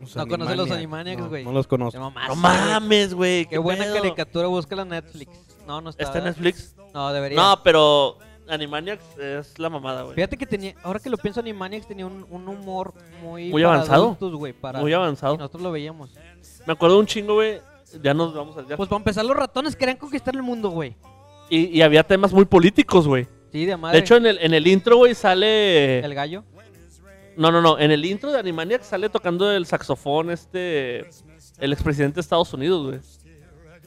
S5: Los
S4: No conoces los Animaniacs,
S5: No,
S4: güey.
S5: No, los
S4: Te
S5: conozco.
S4: mamaste,
S3: No
S4: güey.
S3: mames, güey.
S4: Qué buena
S3: pedo.
S4: caricatura, búscala en Netflix. No, no está.
S3: ¿Está en
S4: ¿verdad?
S3: Netflix?
S4: No, debería.
S3: No, pero Animaniacs es la mamada, güey.
S4: Fíjate que tenía, ahora que lo pienso, Animaniacs tenía un, un humor muy...
S3: Muy
S4: para
S3: avanzado.
S4: adultos, güey, para...
S3: Muy
S4: y
S3: avanzado.
S4: nosotros lo veíamos.
S3: Me acuerdo un chingo, güey. Ya nos vamos al... ya.
S4: Pues para empezar, los ratones querían conquistar el mundo, güey.
S3: Y, y había temas muy políticos, güey.
S4: Sí, de madre.
S3: De hecho, eh, en el, en el intro, güey, sale...
S4: el gallo.
S3: No, no, no. En el intro de Animaniacs sale tocando el saxofón este. El expresidente de Estados Unidos, güey.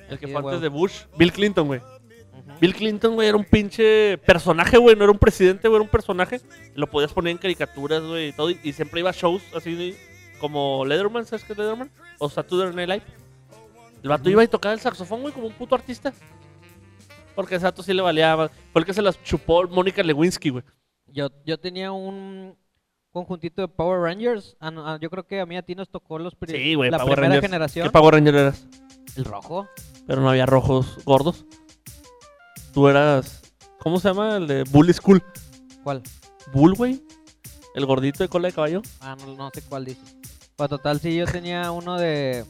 S3: El que
S4: Sí,
S3: fue
S4: güey.
S3: antes de Bush. Bill Clinton, güey.
S4: Ujú.
S3: Bill Clinton, güey, era un pinche personaje, güey. No era un presidente, güey, era un personaje. Lo podías poner en caricaturas, güey, y todo. Y, y siempre iba a shows así de- como Lederman, ¿sabes qué es Lederman? O Saturday Night Live. El vato iba y tocaba el saxofón, güey, como un puto artista. Porque ese vato sí le valía. Fue el que se las chupó Mónica Lewinsky, güey.
S4: Yo, yo tenía un conjuntito de Power Rangers. Ah, no, ah, yo creo que a mí a ti nos tocó los pri-
S3: Sí, güey,
S4: la
S3: Power
S4: primera
S3: Rangers. ¿Qué
S4: generación.
S3: Power Ranger eras?
S4: El rojo.
S3: Pero no había rojos gordos. Tú eras. ¿Cómo se llama el de Bull School?
S4: ¿Cuál?
S3: ¿Bull, güey? El gordito de cola de caballo.
S4: Ah, no, no sé cuál dice. Pues total, sí, yo tenía uno de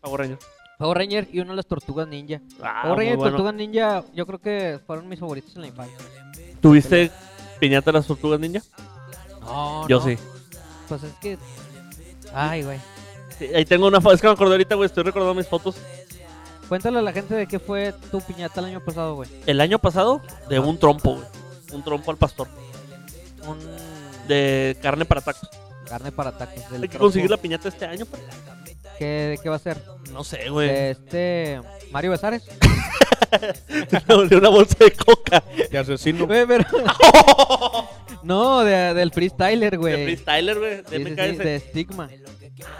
S3: Power Ranger.
S4: Power Ranger y uno de las Tortugas Ninja.
S3: Ah,
S4: Power
S3: muy
S4: Ranger y
S3: bueno.
S4: Tortugas Ninja, yo creo que fueron mis favoritos en la infancia.
S3: ¿Tuviste piñata de las tortugas ninja?
S4: No,
S3: Yo
S4: no,
S3: sí.
S4: Pues es que. Ay, güey.
S3: Sí, Ahí tengo una foto. Es que me acordé ahorita, güey. Estoy recordando mis fotos.
S4: Cuéntale a la gente de qué fue tu piñata el año pasado, güey.
S3: El año pasado, de un trompo, güey. Un trompo al pastor.
S4: Un.
S3: De carne para tacos.
S4: Carne para tacos. del
S3: Hay que
S4: trozo.
S3: conseguir la piñata este año, pero
S4: ¿Qué, de ¿Qué va a ser?
S3: no sé, güey.
S4: De Este. Mario Besares.
S3: Me dolió una bolsa de coca.
S5: De asesino.
S4: Güey, pero- No, de- del freestyler, güey.
S3: De freestyler, güey. De
S4: Sí, sí, sí,
S3: MKS.
S4: de Stigma.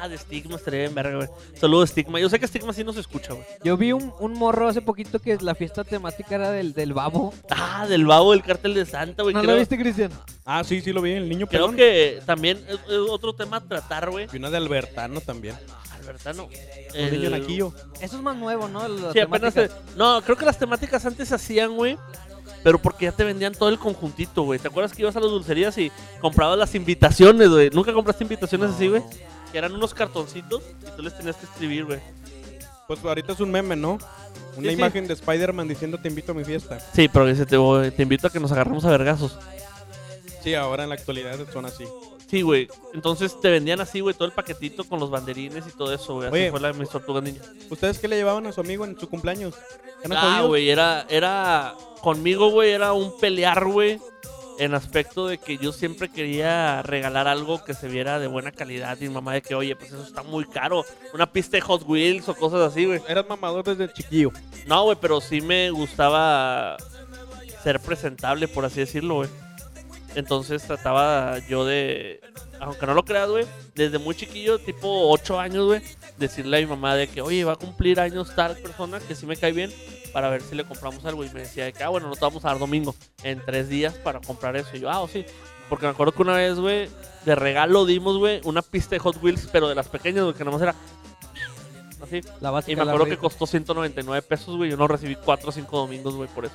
S3: Ah, de Stigma estaría bien verga, güey. Saludos, Stigma. Yo sé que Stigma sí nos escucha, güey.
S4: Yo vi un, un morro hace poquito que la fiesta temática era del, del babo.
S3: Ah, del babo del cartel de Santa, güey.
S4: ¿No
S3: creo,
S4: lo viste, Cristian?
S5: Ah, sí, sí lo vi, el niño
S3: creo
S5: pelón.
S3: que también es, es otro tema a tratar, güey.
S5: Y una de Albertano también.
S3: Albertano.
S5: El niño naquillo.
S4: Eso es más nuevo, ¿no? Las
S3: Sí, apenas.
S4: temáticas.
S3: se- No, creo que las temáticas antes se hacían, güey. Pero porque ya te vendían todo el conjuntito, güey. ¿Te acuerdas que ibas a las dulcerías y comprabas las invitaciones, güey? ¿Nunca compraste invitaciones así, güey? Que eran unos cartoncitos y tú les tenías que escribir, güey.
S5: Pues ahorita es un meme, ¿no? Una
S3: Sí, sí.
S5: imagen de Spider-Man diciendo te invito a mi fiesta.
S3: Sí, pero dice, te, voy- te invito a que nos agarremos a vergazos.
S5: Sí, ahora en la actualidad son así.
S3: Sí, güey. Entonces te vendían así, güey, todo el paquetito con los banderines y todo eso, güey. Así
S5: Oye.
S3: fue la de mis tortugas niña.
S5: ¿Ustedes qué le llevaban a su amigo en su cumpleaños? ¿Ya no
S3: Ah,
S5: jodido?
S3: güey, era, era. Conmigo, güey, era un pelear, güey. En aspecto de que yo siempre quería regalar algo que se viera de buena calidad. Y mi mamá de que, oye, pues eso está muy caro. Una pista de Hot Wheels o cosas así, güey.
S5: Eras mamador desde chiquillo.
S3: No, güey, pero sí me gustaba ser presentable, por así decirlo, güey. Entonces trataba yo de, aunque no lo creas, güey, desde muy chiquillo, tipo 8 años, güey, decirle a mi mamá de que, oye, va a cumplir años tal persona que sí me cae bien para ver si le compramos algo. Y me decía de que, ah, bueno, no te vamos a dar domingo en tres días para comprar eso. Y yo, ah, o sí. Porque me acuerdo que una vez, güey, de regalo dimos, güey, una pista de Hot Wheels, pero de las pequeñas, güey, que nomás era así.
S4: La básica,
S3: Y me
S4: la
S3: acuerdo que
S4: rica.
S3: costó 199 pesos, güey. Yo no recibí 4 o 5 domingos, güey, por eso.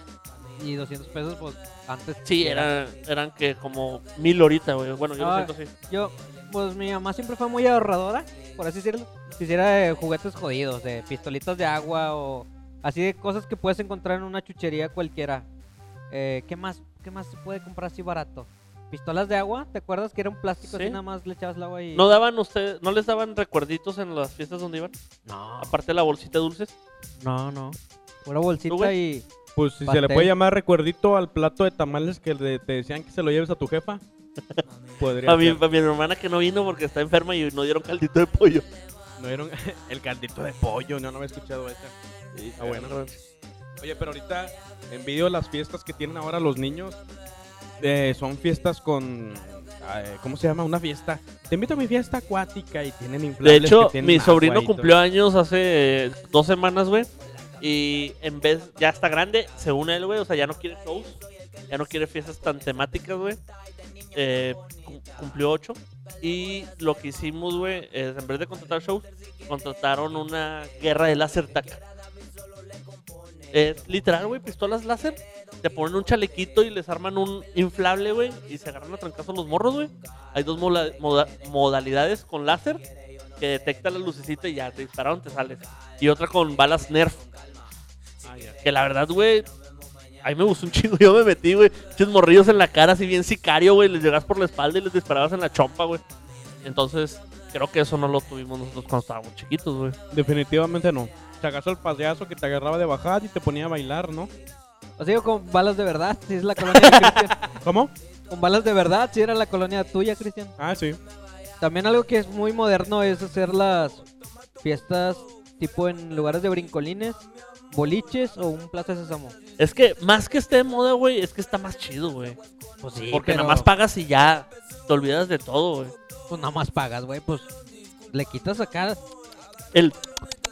S4: Y 200 pesos, pues antes.
S3: Sí, eran, eran que como mil ahorita, güey. Bueno, yo
S4: Ah.
S3: lo siento, sí.
S4: Yo, pues mi mamá siempre fue muy ahorradora, por así decirlo. Si hiciera eh, juguetes jodidos, de pistolitas de agua o así de cosas que puedes encontrar en una chuchería cualquiera. Eh, ¿qué, más, ¿Qué más se puede comprar así barato? ¿Pistolas de agua? ¿Te acuerdas que era un plástico
S3: Sí.
S4: así nada más le echabas el agua y.
S3: ¿No, daban ustedes, ¿No les daban recuerditos en las fiestas donde iban?
S4: no,
S3: Aparte de la bolsita de dulces.
S4: no, no. Pura bolsita
S3: güey?
S4: y.
S5: Pues si se
S4: Pastel.
S5: le puede llamar recuerdito al plato de tamales que le- te decían que se lo lleves a tu jefa. Podría
S3: A mi,
S5: ser.
S3: a mi hermana que no vino porque está enferma y no dieron caldito de pollo.
S5: No vieron el caldito de pollo, no, no había escuchado esa.
S3: Ah,
S5: Está bueno. Oye, pero ahorita envidio las fiestas que tienen ahora los niños. Eh, son fiestas con. eh, ¿Cómo se llama? Una fiesta. Te invito a mi fiesta acuática y tienen
S3: De
S5: inflables.
S3: hecho,
S5: que tienen
S3: mi
S5: agua y
S3: sobrino
S5: todo.
S3: cumplió años hace eh, dos semanas, güey. Y en vez, ya está grande, según él, güey. O sea, ya no quiere shows. Ya no quiere fiestas tan temáticas, güey. Eh, cum- cumplió ocho. Y lo que hicimos, güey, es en vez de contratar shows, contrataron una guerra de láser tac. Es literal, güey, pistolas láser. Te ponen un chalequito y les arman un inflable, güey. Y se agarran a trancazo los morros, güey. Hay dos mola- moda- modalidades con láser que detecta la lucecita y ya te dispararon, te sales. Y otra con balas Nerf.
S4: Ah,
S3: Que la verdad, güey, a mí me gustó un chingo. Yo me metí, güey, muchos morrillos en la cara, así bien sicario, güey. Les llegas por la espalda y les disparabas en la chompa, güey. Entonces, creo que eso no lo tuvimos nosotros cuando estábamos chiquitos, güey.
S5: Definitivamente no. Te acaso el payaso que te agarraba de bajada y te ponía a bailar, ¿no?
S4: O sea, con balas de verdad, si es la colonia de Cristian.
S5: ¿Cómo?
S4: Con balas de verdad, si era la colonia tuya, Cristian.
S5: Ah, sí.
S4: También algo que es muy moderno es hacer las fiestas tipo en lugares de brincolines, boliches o un plaza de sésamo.
S3: Es que más que esté de moda, güey, es que está más chido, güey.
S4: Pues sí,
S3: Porque nada más pagas y ya te olvidas de todo, güey.
S4: pues nada más pagas, güey, pues le quitas acá.
S3: El,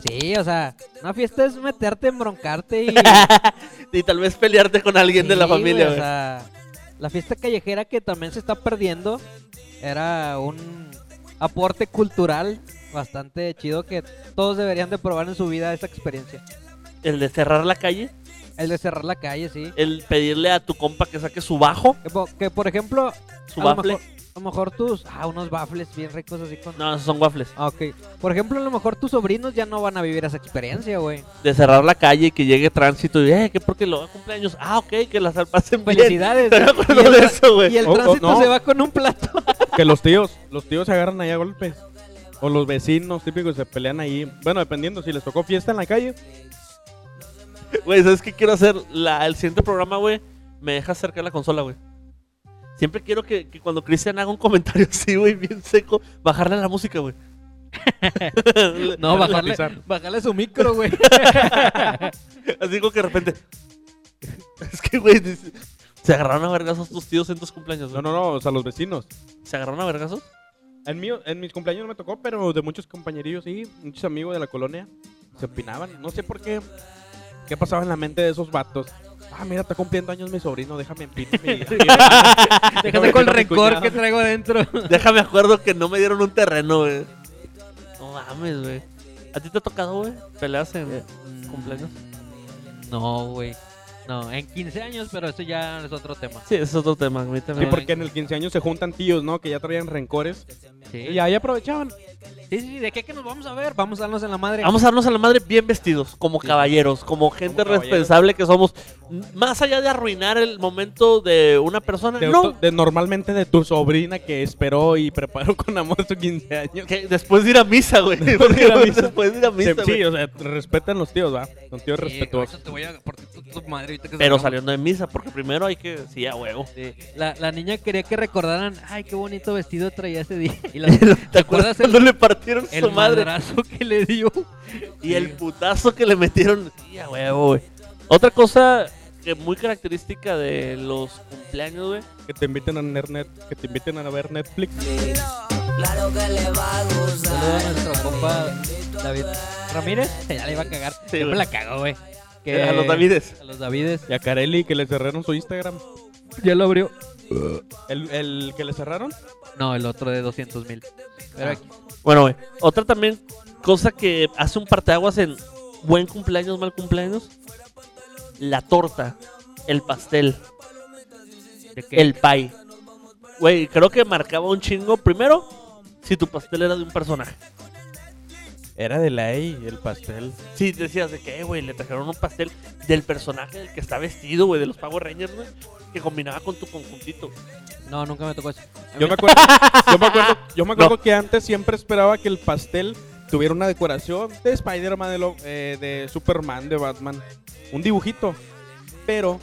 S4: Sí, o sea, una fiesta es meterte, embroncarte y
S3: y tal vez pelearte con alguien de la
S4: Sí, güey,
S3: familia,
S4: O
S3: güey.
S4: sea, la fiesta callejera que también se está perdiendo era un aporte cultural bastante chido que todos deberían de probar en su vida esa experiencia.
S3: El de cerrar la calle,
S4: El de cerrar la calle, sí.
S3: el pedirle a tu compa que saque su bajo,
S4: Que, po- que, por ejemplo,
S3: su
S4: a lo
S3: bafle.
S4: mejor- A lo mejor tus. Ah, unos baffles bien ricos así con.
S3: No, esos son waffles.
S4: Ah, ok. Por ejemplo, a lo mejor tus sobrinos ya no van a vivir esa experiencia, güey.
S3: De cerrar la calle y que llegue tránsito y, eh, que porque lo va cumpleaños. Ah, ok, que las pasen bien.
S4: Felicidades.
S3: Estoy de
S4: Y
S3: acuerdo
S4: el
S3: de
S4: tra-
S3: eso, güey.
S4: Y el
S5: Oh, oh,
S4: tránsito
S5: no.
S4: se va con un plato.
S5: Que los tíos, los tíos se agarran ahí a golpes. O los vecinos típicos se pelean ahí. Bueno, dependiendo si les tocó fiesta en la calle.
S3: Güey, ¿sabes qué quiero hacer? La, el siguiente programa, güey, me deja acercar la consola, güey. Siempre quiero que, que cuando Cristian haga un comentario así, güey, bien seco, bajarle la música, güey.
S4: No, bajarle,
S5: Normalizar.
S4: bajarle su micro, güey.
S3: Así como que de repente. Es que, güey, dice- ¿Se agarraron a vergazos tus tíos en tus cumpleaños?
S5: No,
S3: güey?
S5: no, no, o sea, los vecinos.
S3: ¿Se agarraron a vergazos?
S5: En, mío, en mis cumpleaños no me tocó, pero de muchos compañerillos sí, muchos amigos de la colonia se opinaban. No sé por qué, qué pasaba en la mente de esos vatos. Ah, mira, está cumpliendo años mi sobrino, déjame en pin.
S4: Déjate con el rencor que traigo adentro.
S3: Déjame acuerdo que no me dieron un terreno, güey. No mames, güey. ¿A ti te ha tocado, güey? ¿Peleas en
S5: Eh.
S3: Mm, cumpleaños?
S4: No, güey. No, en 15 años, pero eso ya es otro tema.
S3: Sí, ese es otro tema. A mí
S5: Sí,
S3: también.
S5: porque en el 15 años se juntan tíos, ¿no? Que ya traían rencores.
S4: Sí,
S5: Y ahí aprovechaban.
S4: sí, sí, ¿de qué que nos vamos a ver? Vamos a darnos en la madre.
S3: Vamos a darnos a la madre bien vestidos, como caballeros, como gente
S5: caballeros.
S3: responsable que somos. M- Más allá de arruinar el momento de una persona,
S5: De,
S3: no.
S5: otro- de normalmente de tu sobrina que esperó y preparó con amor su 15 años.
S3: Que después de ir a misa, güey.
S5: Después de ir a misa.
S3: Después de ir a misa,
S5: Sí,
S3: güey.
S5: o sea, respetan los tíos, ¿va? Son tíos respetuosos.
S4: te voy a partir tu, tu madre ahorita que
S3: Pero
S4: salgamos.
S3: saliendo de misa, porque primero hay que. Sí, a huevo.
S4: Sí, La, la niña quería que recordaran, ay, qué bonito vestido traía ese día. Y la- ¿Te acuerdas
S3: cuando
S4: el,
S3: le partieron
S4: el
S3: su madre
S4: madrazo que le dio?
S3: y el putazo que le metieron? Sí, a huevo, güey. Otra cosa que muy característica de los cumpleaños, güey.
S5: Que te inviten a ver net- que te inviten a ver Netflix.
S1: Claro que le va a
S4: Saludos a
S1: gustar.
S4: nuestro compa David Ramírez. Ya le iba a cagar.
S3: Sí,
S4: Siempre
S3: güey.
S4: la cago, güey. Que-
S3: eh, A los Davides.
S4: A los Davides.
S5: Y a Carelli que le cerraron su Instagram.
S4: Ya lo abrió.
S5: ¿El, el que le cerraron?
S4: No, el otro de 200 mil. Pero aquí.
S3: Bueno, güey. Otra también cosa que hace un parteaguas en buen cumpleaños, mal cumpleaños. La torta, el pastel,
S4: ¿de qué?
S3: el pie. Güey, creo que marcaba un chingo. Primero, si tu pastel era de un personaje.
S5: Era de la ley, el pastel.
S3: Sí, decías de que, "Eh, güey, le trajeron un pastel del personaje del que está vestido, güey, de los Power Rangers, güey, que combinaba con tu conjuntito.
S4: No, nunca me tocó eso.
S5: Yo me acuerdo, yo me acuerdo, yo me acuerdo que antes siempre esperaba que el pastel tuviera una decoración de Spider-Man, de, lo- eh, de Superman, de Batman. Un dibujito. Pero,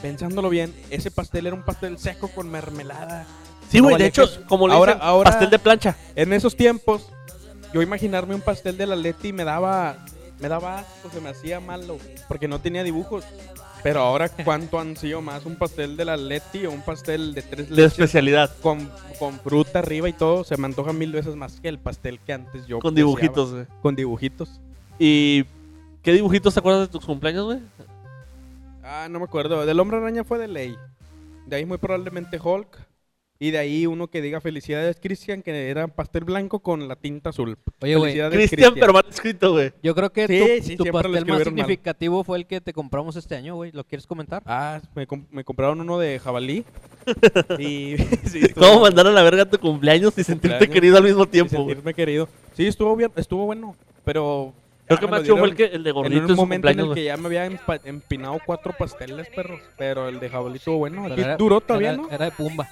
S5: pensándolo bien, ese pastel era un pastel seco con mermelada.
S3: Sí, güey,
S5: No,
S3: de
S5: vale,
S3: hecho,
S5: que-
S3: como le
S5: ahora-
S3: dicen,
S5: ahora-
S3: pastel de plancha.
S5: En esos tiempos, yo imaginarme un pastel de la Leti me daba, me daba asco, se me hacía malo, porque no tenía dibujos. Pero ahora, ¿cuánto han sido más un pastel de la Leti o un pastel de tres
S3: De
S5: leches
S3: especialidad,
S5: con, con fruta arriba y todo? Se me antoja mil veces más que el pastel que antes yo.
S3: con
S5: deseaba.
S3: dibujitos, güey.
S5: Con dibujitos.
S3: ¿Y qué dibujitos te acuerdas de tus cumpleaños, güey?
S5: Ah, no me acuerdo. Del Hombre Araña fue de ley. De ahí muy probablemente Hulk. Y de ahí uno que diga felicidades Christian, que era pastel blanco con la tinta azul.
S4: Oye, güey,
S5: Felicidades,
S3: Cristian, pero mal escrito, güey.
S4: yo creo que
S5: Sí,
S4: tu,
S5: sí,
S4: tu
S5: siempre lo
S4: pastel más
S5: escribieron mal.
S4: significativo fue el que te compramos este año, güey. ¿Lo quieres comentar?
S5: Ah, me, com- me compraron uno de jabalí. y sí, estuvo-
S3: ¿Cómo mandar a la verga tu cumpleaños y sentirte
S5: Cumpleaños.
S3: querido al mismo
S5: y
S3: tiempo, güey?
S5: sentirme querido. Sí, estuvo bien, estuvo bueno, pero
S3: Creo
S5: ya
S3: que
S5: me lo
S3: más chido fue el, que,
S5: Ah, dieron
S3: el de
S5: en
S3: gordito
S5: un
S3: en su
S5: momento en
S3: cumpleaños,
S5: el que
S3: güey.
S5: ya me había empa- empinado cuatro pasteles, perros, pero el de jabalí estuvo bueno.
S4: Pero
S5: Aquí
S4: era-
S5: duró todavía,
S4: era-
S5: ¿no?
S4: Era de Pumba.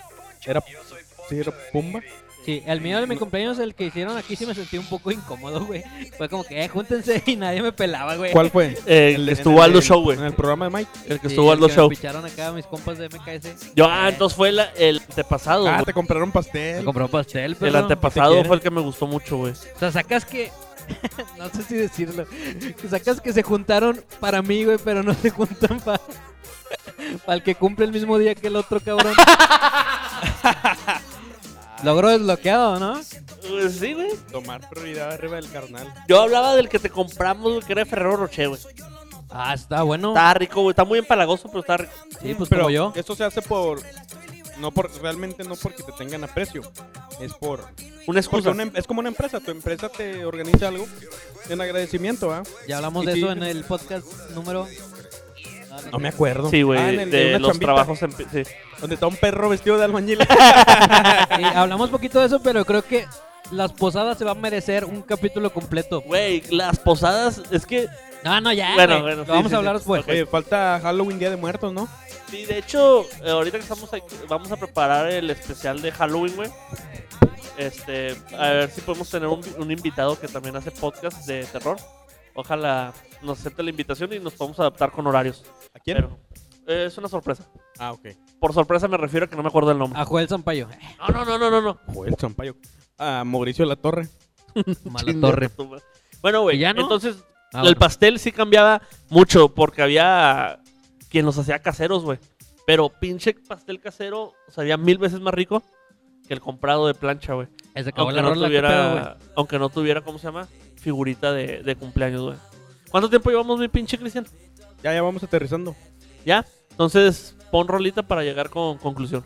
S5: Era, sí, era pumba.
S4: Sí, el mío de mi cumpleaños, el que hicieron aquí, sí me sentí un poco incómodo, güey. Fue como que, eh, júntense y nadie me pelaba, güey.
S5: ¿Cuál fue?
S3: Eh,
S5: El- en
S3: estuvo
S5: el-
S3: Aldo Show, güey.
S5: En el programa de Mike.
S3: El que
S4: Sí,
S3: estuvo
S4: el
S3: Aldo
S4: que
S3: Show.
S4: Me picharon acá mis compas de MKS.
S3: Yo, ah, entonces fue la- el antepasado,
S5: Ah,
S3: güey.
S5: te compraron
S4: Me
S5: pastel.
S4: compró un pastel, pero.
S3: El
S4: no.
S3: antepasado
S5: quieren.
S3: fue el que me gustó mucho, güey.
S4: O sea, sacas que. no sé si decirlo. Que sacas que se juntaron para mí, güey, pero no se juntan para. para el que cumple el mismo día que el otro, cabrón. Logro desbloqueado, ¿no?
S3: Pues Sí, güey.
S5: Tomar prioridad arriba del carnal.
S3: Yo hablaba del que te compramos, güey, que era de Ferrero Rocher, güey.
S4: Ah, está bueno.
S3: Está rico, güey. Está muy empalagoso, pero está rico.
S4: Sí, pues
S5: pero
S4: como yo.
S5: Esto se hace por. No por, realmente no porque te tengan aprecio. Es por
S3: Una
S5: Porque
S3: excusa.
S5: una em- es como una empresa, tu empresa te organiza algo en agradecimiento, ¿ah?
S4: Ya hablamos
S5: y
S4: de
S5: sí,
S4: eso
S5: pues-
S4: en el podcast número. No, no sé.
S5: acuerdo.
S3: Sí, güey. de los trabajos en... sí.
S5: Donde está un perro vestido de albañil.
S4: Sí, hablamos poquito de eso, pero creo que las posadas se va a merecer un capítulo completo.
S3: Güey, las posadas, es que...
S4: No, no, ya.
S3: Bueno,
S4: güey.
S3: bueno,
S4: Lo
S3: sí,
S4: vamos
S3: sí,
S4: a hablar
S3: sí.
S4: después.
S5: Oye, Eh, falta Halloween Día de Muertos, ¿no?
S3: Sí, de hecho, eh, ahorita que estamos aquí, vamos a preparar el especial de Halloween, güey. Este, a ver si podemos tener un, un invitado que también hace podcast de terror. Ojalá nos acepte la invitación y nos podamos adaptar con horarios.
S5: ¿A quién?
S3: Pero, eh, es una sorpresa.
S5: Ah, ok.
S3: Por sorpresa me refiero a que no me acuerdo el nombre.
S4: A Joel Sampaio.
S3: No, no, no, no, no, no.
S5: Joel Champayo. A Mauricio La Torre.
S4: Mala torre.
S3: Bueno, güey,
S4: ¿Y ya no?
S3: entonces
S4: Ah,
S3: el
S4: bueno.
S3: pastel sí cambiaba mucho porque había quien los hacía caseros, güey. Pero pinche pastel casero sabía mil veces más rico que el comprado de plancha, güey.
S4: Se acabó
S3: Aunque
S4: la
S3: no
S4: rola, ¿qué pedo, güey?
S3: tuviera, aunque no tuviera, ¿cómo se llama? Figurita de, de cumpleaños, güey. ¿Cuánto tiempo llevamos, mi pinche Cristian?
S5: Ya, ya vamos aterrizando.
S3: ¿Ya? Entonces, pon rolita para llegar con conclusión.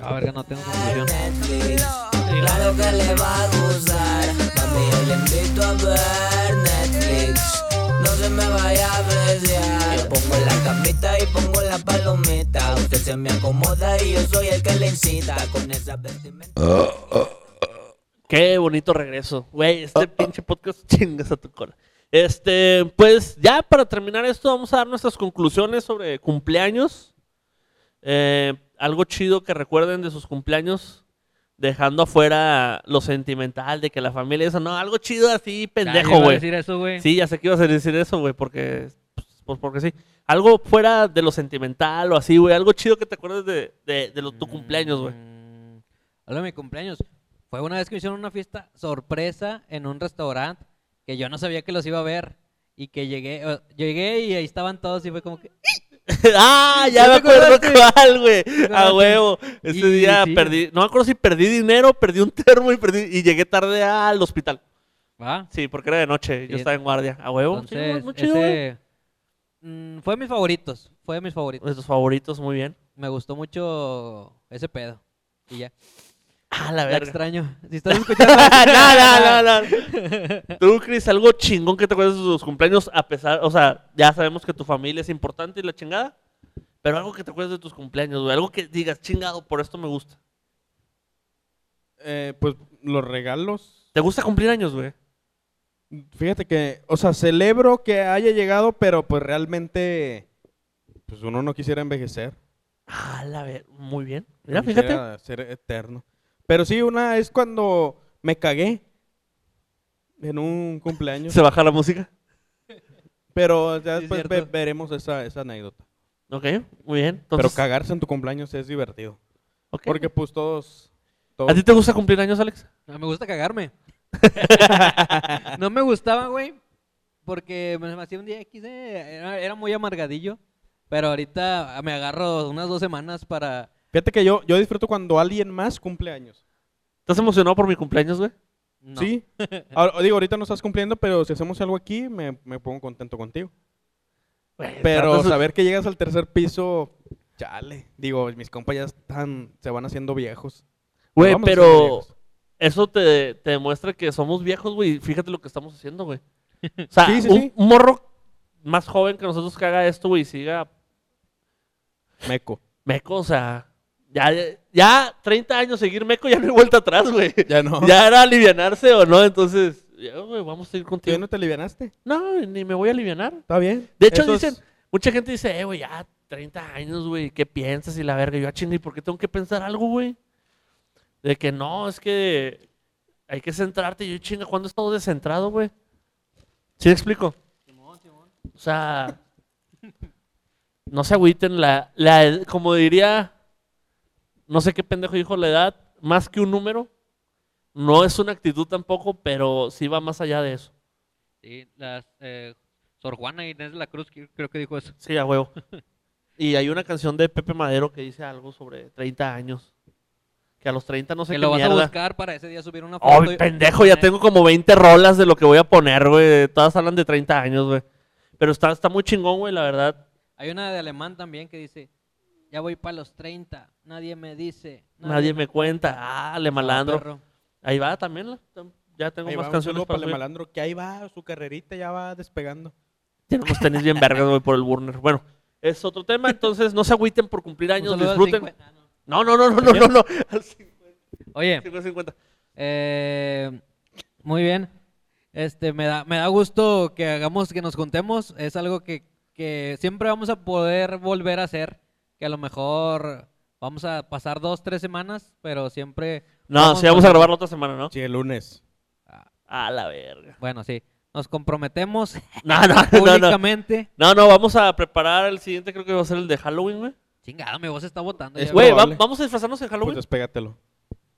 S4: A ver, que no tengo conclusión.
S1: Netflix. Claro que le va a gustar, mami yo le invito a ver Netflix. No se me vaya a apreciar. Yo pongo la camita y pongo la palomita. Usted se me acomoda y yo soy el que le incita con esa vestimenta.
S3: Qué bonito regreso. Güey, este pinche podcast chingas a tu cola. Este, pues ya para terminar esto, vamos a dar nuestras conclusiones sobre cumpleaños. Eh, algo chido que recuerden de sus cumpleaños, dejando afuera lo sentimental de que la familia, eso no, algo chido así,
S4: Nadie
S3: pendejo,
S4: va a
S3: güey.
S4: decir eso, güey.
S3: Sí, ya sé que ibas a decir eso, güey, porque. Pues porque sí. Algo fuera de lo sentimental o así, güey. Algo chido que te acuerdes de, de, de lo- tu cumpleaños, güey.
S4: Mm, Hablo de mi cumpleaños. Fue una vez que me hicieron una fiesta sorpresa en un restaurante que yo no sabía que los iba a ver. Y que llegué, eh, llegué y ahí estaban todos y fue como que...
S3: ¡Ah! Ya
S4: ¿Ya
S3: me
S4: te
S3: acuerdo
S4: acordaste?
S3: cuál, güey. A
S4: acordaste?
S3: huevo. Ese
S4: Y
S3: día
S4: sí,
S3: perdí. No me acuerdo si perdí dinero, perdí un termo y perdí. Y llegué tarde al hospital.
S4: ¿Va?
S3: Sí, porque era de noche. Yo
S4: Sí.
S3: estaba en guardia. A huevo. Sí,
S4: Entonces,
S3: muy chido, güey.
S4: ese... mm, fue de mis favoritos. Fue de mis favoritos.
S3: Nuestros favoritos, muy bien.
S4: Me gustó mucho ese pedo. Y ya.
S3: Ah, la
S4: La
S3: verga.
S4: extraño. Si estás escuchando...
S3: no, no, no, no. Tú, Chris, algo chingón que te acuerdas de tus cumpleaños, a pesar, o sea, ya sabemos que tu familia es importante y la chingada, pero algo que te acuerdas de tus cumpleaños, güey, algo que digas, chingado, por esto me gusta.
S5: Eh, pues los regalos.
S3: ¿Te gusta cumplir años, güey?
S5: Fíjate que, o sea, celebro que haya llegado, pero pues realmente, pues uno no quisiera envejecer.
S3: Ah, la ver, muy bien. Mira,
S5: No
S3: fíjate.
S5: quisiera ser eterno. Pero sí, una es cuando me cagué en un cumpleaños.
S3: Se baja la música.
S5: Pero ya
S4: Sí, es
S5: después ve-
S4: cierto.
S5: veremos esa, esa anécdota.
S3: Ok, muy bien.
S5: Pero
S3: Entonces,
S5: cagarse en tu cumpleaños es divertido.
S3: ok.
S5: Porque pues todos... todos-
S3: ¿A ti te gusta cumplir años, Alex?
S4: No, me gusta cagarme. no me gustaba, güey, porque me hacía un día X, eh, era, era muy amargadillo. Pero ahorita ah, me agarro unas dos semanas para...
S5: Fíjate que yo, yo disfruto cuando alguien más cumple años.
S3: ¿Estás emocionado por mi cumpleaños, güey?
S4: No.
S5: Sí. Ahora- digo, ahorita no estás cumpliendo, pero si hacemos algo aquí, me, me pongo contento contigo.
S3: Güey,
S5: Pero
S3: tratas-
S5: saber que llegas al tercer piso, chale. Digo, mis compas ya están, se van haciendo viejos. Nos
S3: Güey,
S5: vamos haciendo
S3: pero...
S5: viejos.
S3: Eso te, te demuestra que somos viejos, güey. Fíjate lo que estamos haciendo, güey. O sea,
S5: Sí, sí,
S3: un
S5: sí.
S3: un morro más joven que nosotros que haga esto, güey, y siga
S5: Meco.
S3: meco, o sea, ya, ya 30 años seguir meco, ya no hay vuelta atrás, güey. Ya,
S5: Ya no.
S3: era alivianarse o no, entonces, ya, güey, vamos a seguir
S5: ¿Tú
S3: contigo.
S5: no te alivianaste?
S3: No, ni me voy a alivianar.
S5: Está bien.
S3: De hecho,
S5: Eso es-
S3: dicen, mucha gente dice, eh, güey, ya 30 años, güey, ¿qué piensas? Y la verga, yo, ah, chinga, ¿y por qué tengo que pensar algo, güey? De que no, es que hay que centrarte. Y yo, chinga, ¿cuándo he estado descentrado, güey? ¿Sí me explico? O sea, no se agüiten la, la ed- como diría, no sé qué pendejo dijo la edad, más que un número, no es una actitud tampoco, pero sí va más allá de eso.
S4: Sí, las, eh, Sor Juana Inés de la Cruz que- creo que dijo eso.
S3: Sí, a huevo. y hay una canción de Pepe Madero que dice algo sobre 30 años. Que a los 30 no sé
S4: que
S3: qué
S4: lo vas
S3: mierda.
S4: a buscar para ese día subir una foto.
S3: Oh, pendejo, ya tengo como 20 rolas de lo que voy a poner, güey. Todas hablan de 30 años, güey. Pero está, está muy chingón, güey, la verdad.
S4: Hay una de alemán también que dice, ya voy para los 30, nadie me dice.
S3: Nadie, me cuenta. Ah, Le
S4: Ah,
S3: Malandro.
S4: perro.
S3: Ahí va también. la- tam- Ya tengo
S5: Ahí
S3: más
S5: va, un
S3: canciones
S5: saludo
S3: para
S5: para el
S3: subir.
S5: malandro, que ahí va, su carrerita ya va despegando.
S3: Tenemos tenis bien vergas, güey, por el burner. Bueno, es otro tema. Entonces, no se agüiten por cumplir
S4: Un
S3: años.
S4: saludo al
S3: Disfruten.
S4: 50. Ah, no.
S3: No, no, no, no, no, no. no. Al 50,
S4: Oye,
S3: 50.
S4: Eh, muy bien. Este, me da, me da gusto que hagamos, que nos contemos. Es algo que, que siempre vamos a poder volver a hacer. Que a lo mejor vamos a pasar dos, tres semanas, pero siempre.
S3: No, sí, vamos a
S4: con-
S3: grabar la otra semana, ¿no?
S5: Sí, el lunes.
S3: A la verga.
S4: Bueno, sí. Nos comprometemos
S3: No, no, no, no.
S4: públicamente.
S3: No, no, vamos a preparar el siguiente, creo que va a ser el de Halloween, güey.
S4: Chingada, mi voz está botando.
S5: Es
S4: ya,
S3: Güey, va-
S5: probable.
S3: vamos a disfrazarnos en
S5: Pues
S3: Halloween.
S5: despégatelo.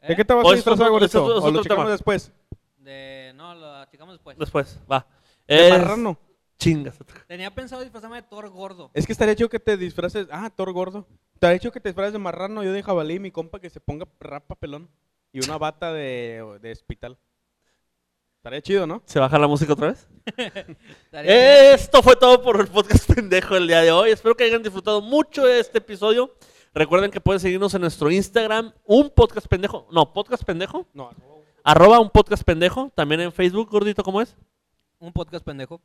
S4: ¿Eh?
S5: ¿De qué te vas
S3: O
S5: a
S3: es
S5: disfrazar,
S3: otro-
S5: güerito?
S3: es otro- es
S5: O
S3: pues, otro
S5: lo
S3: tema.
S5: checamos después.
S4: De- no, lo checamos después.
S3: Después, va.
S5: De
S3: Es-
S5: marrano.
S3: Chingas.
S4: Tenía pensado disfrazarme de Thor gordo.
S5: Es que estaría chido que te disfraces. Ah, Thor gordo. Estaría chido que te disfraces de marrano, yo de jabalí, mi compa que se ponga rapa pelón y una bata de, de hospital. Estaría chido, ¿no?
S3: ¿Se baja la música otra vez?
S4: Estaría-
S3: Esto fue todo por el podcast pendejo del día de hoy. Espero que hayan disfrutado mucho de este episodio. Recuerden que pueden seguirnos en nuestro Instagram, un podcast pendejo. No, podcast pendejo.
S5: No.
S3: Arroba un podcast pendejo. También en Facebook, gordito, ¿cómo es?
S4: Un podcast pendejo.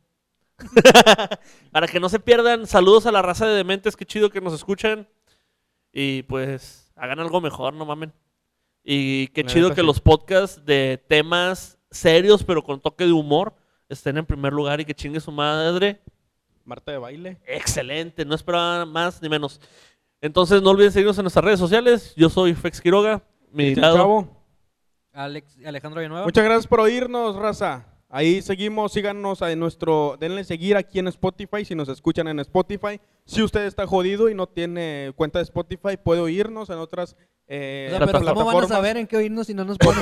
S3: Para que no se pierdan, saludos a la raza de dementes. Qué chido que nos escuchan. Y pues, hagan algo mejor, no mamen. Y qué
S5: La
S3: chido
S5: neta,
S3: que
S5: sí.
S3: los podcasts de temas serios, pero con toque de humor, estén en primer lugar y que chingue su madre.
S5: Marta de baile.
S3: Excelente, no esperaba más ni menos. Entonces no olviden seguirnos en nuestras redes sociales. Yo soy Fex Quiroga, mi lado-
S5: Este Chavo.
S4: Alex, Alejandro Villanueva.
S5: Muchas gracias por oírnos, raza. Ahí seguimos, síganos a nuestro, denle seguir aquí en Spotify si nos escuchan en Spotify. Si usted está jodido y no tiene cuenta de Spotify, puede oírnos en otras eh,
S4: O sea, pero ¿cómo van a
S5: plataformas.
S4: saber en qué oírnos si no nos ponen?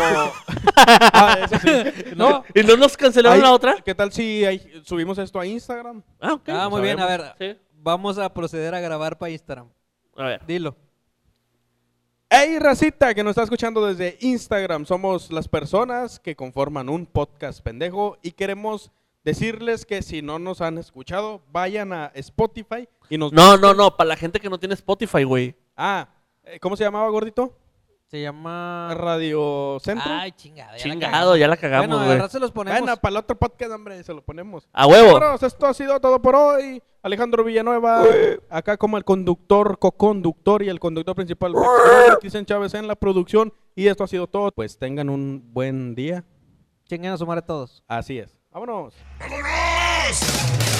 S5: Ah, eso sí.
S4: no.
S3: ¿Y no nos cancelaron
S5: Ahí,
S3: la otra?
S5: ¿Qué tal si ahí subimos esto a Instagram?
S3: Ah, ok.
S4: Ah, muy bien, a ver.
S3: Sí.
S4: Vamos a proceder a grabar para Instagram.
S3: A ver.
S4: Dilo.
S5: Hey, racita que nos está escuchando desde Instagram. Somos las personas que conforman un podcast pendejo y queremos decirles que si no nos han escuchado, vayan a Spotify y nos
S3: No, no, no, para la gente que no tiene Spotify, güey.
S5: Ah, eh, ¿cómo se llamaba, gordito?
S4: Se llama...
S5: Radio Centro.
S4: Ah. Ay, chingada. ya la
S3: Chingado, ya la
S4: cagamos.
S3: cagamos,
S4: Bueno,
S3: güey.
S4: agarrarse los ponemos.
S5: bueno, para el otro podcast, hombre, se lo ponemos.
S3: A huevo.
S5: Bueno, esto ha sido todo por hoy. Alejandro Villanueva, acá como el conductor, co-conductor y el conductor principal, Cristian Chávez en la producción. Y esto ha sido todo. Pues tengan un buen día.
S4: Chinguen a sumar a todos.
S5: Así es. Vámonos.
S2: ¡Vámonos!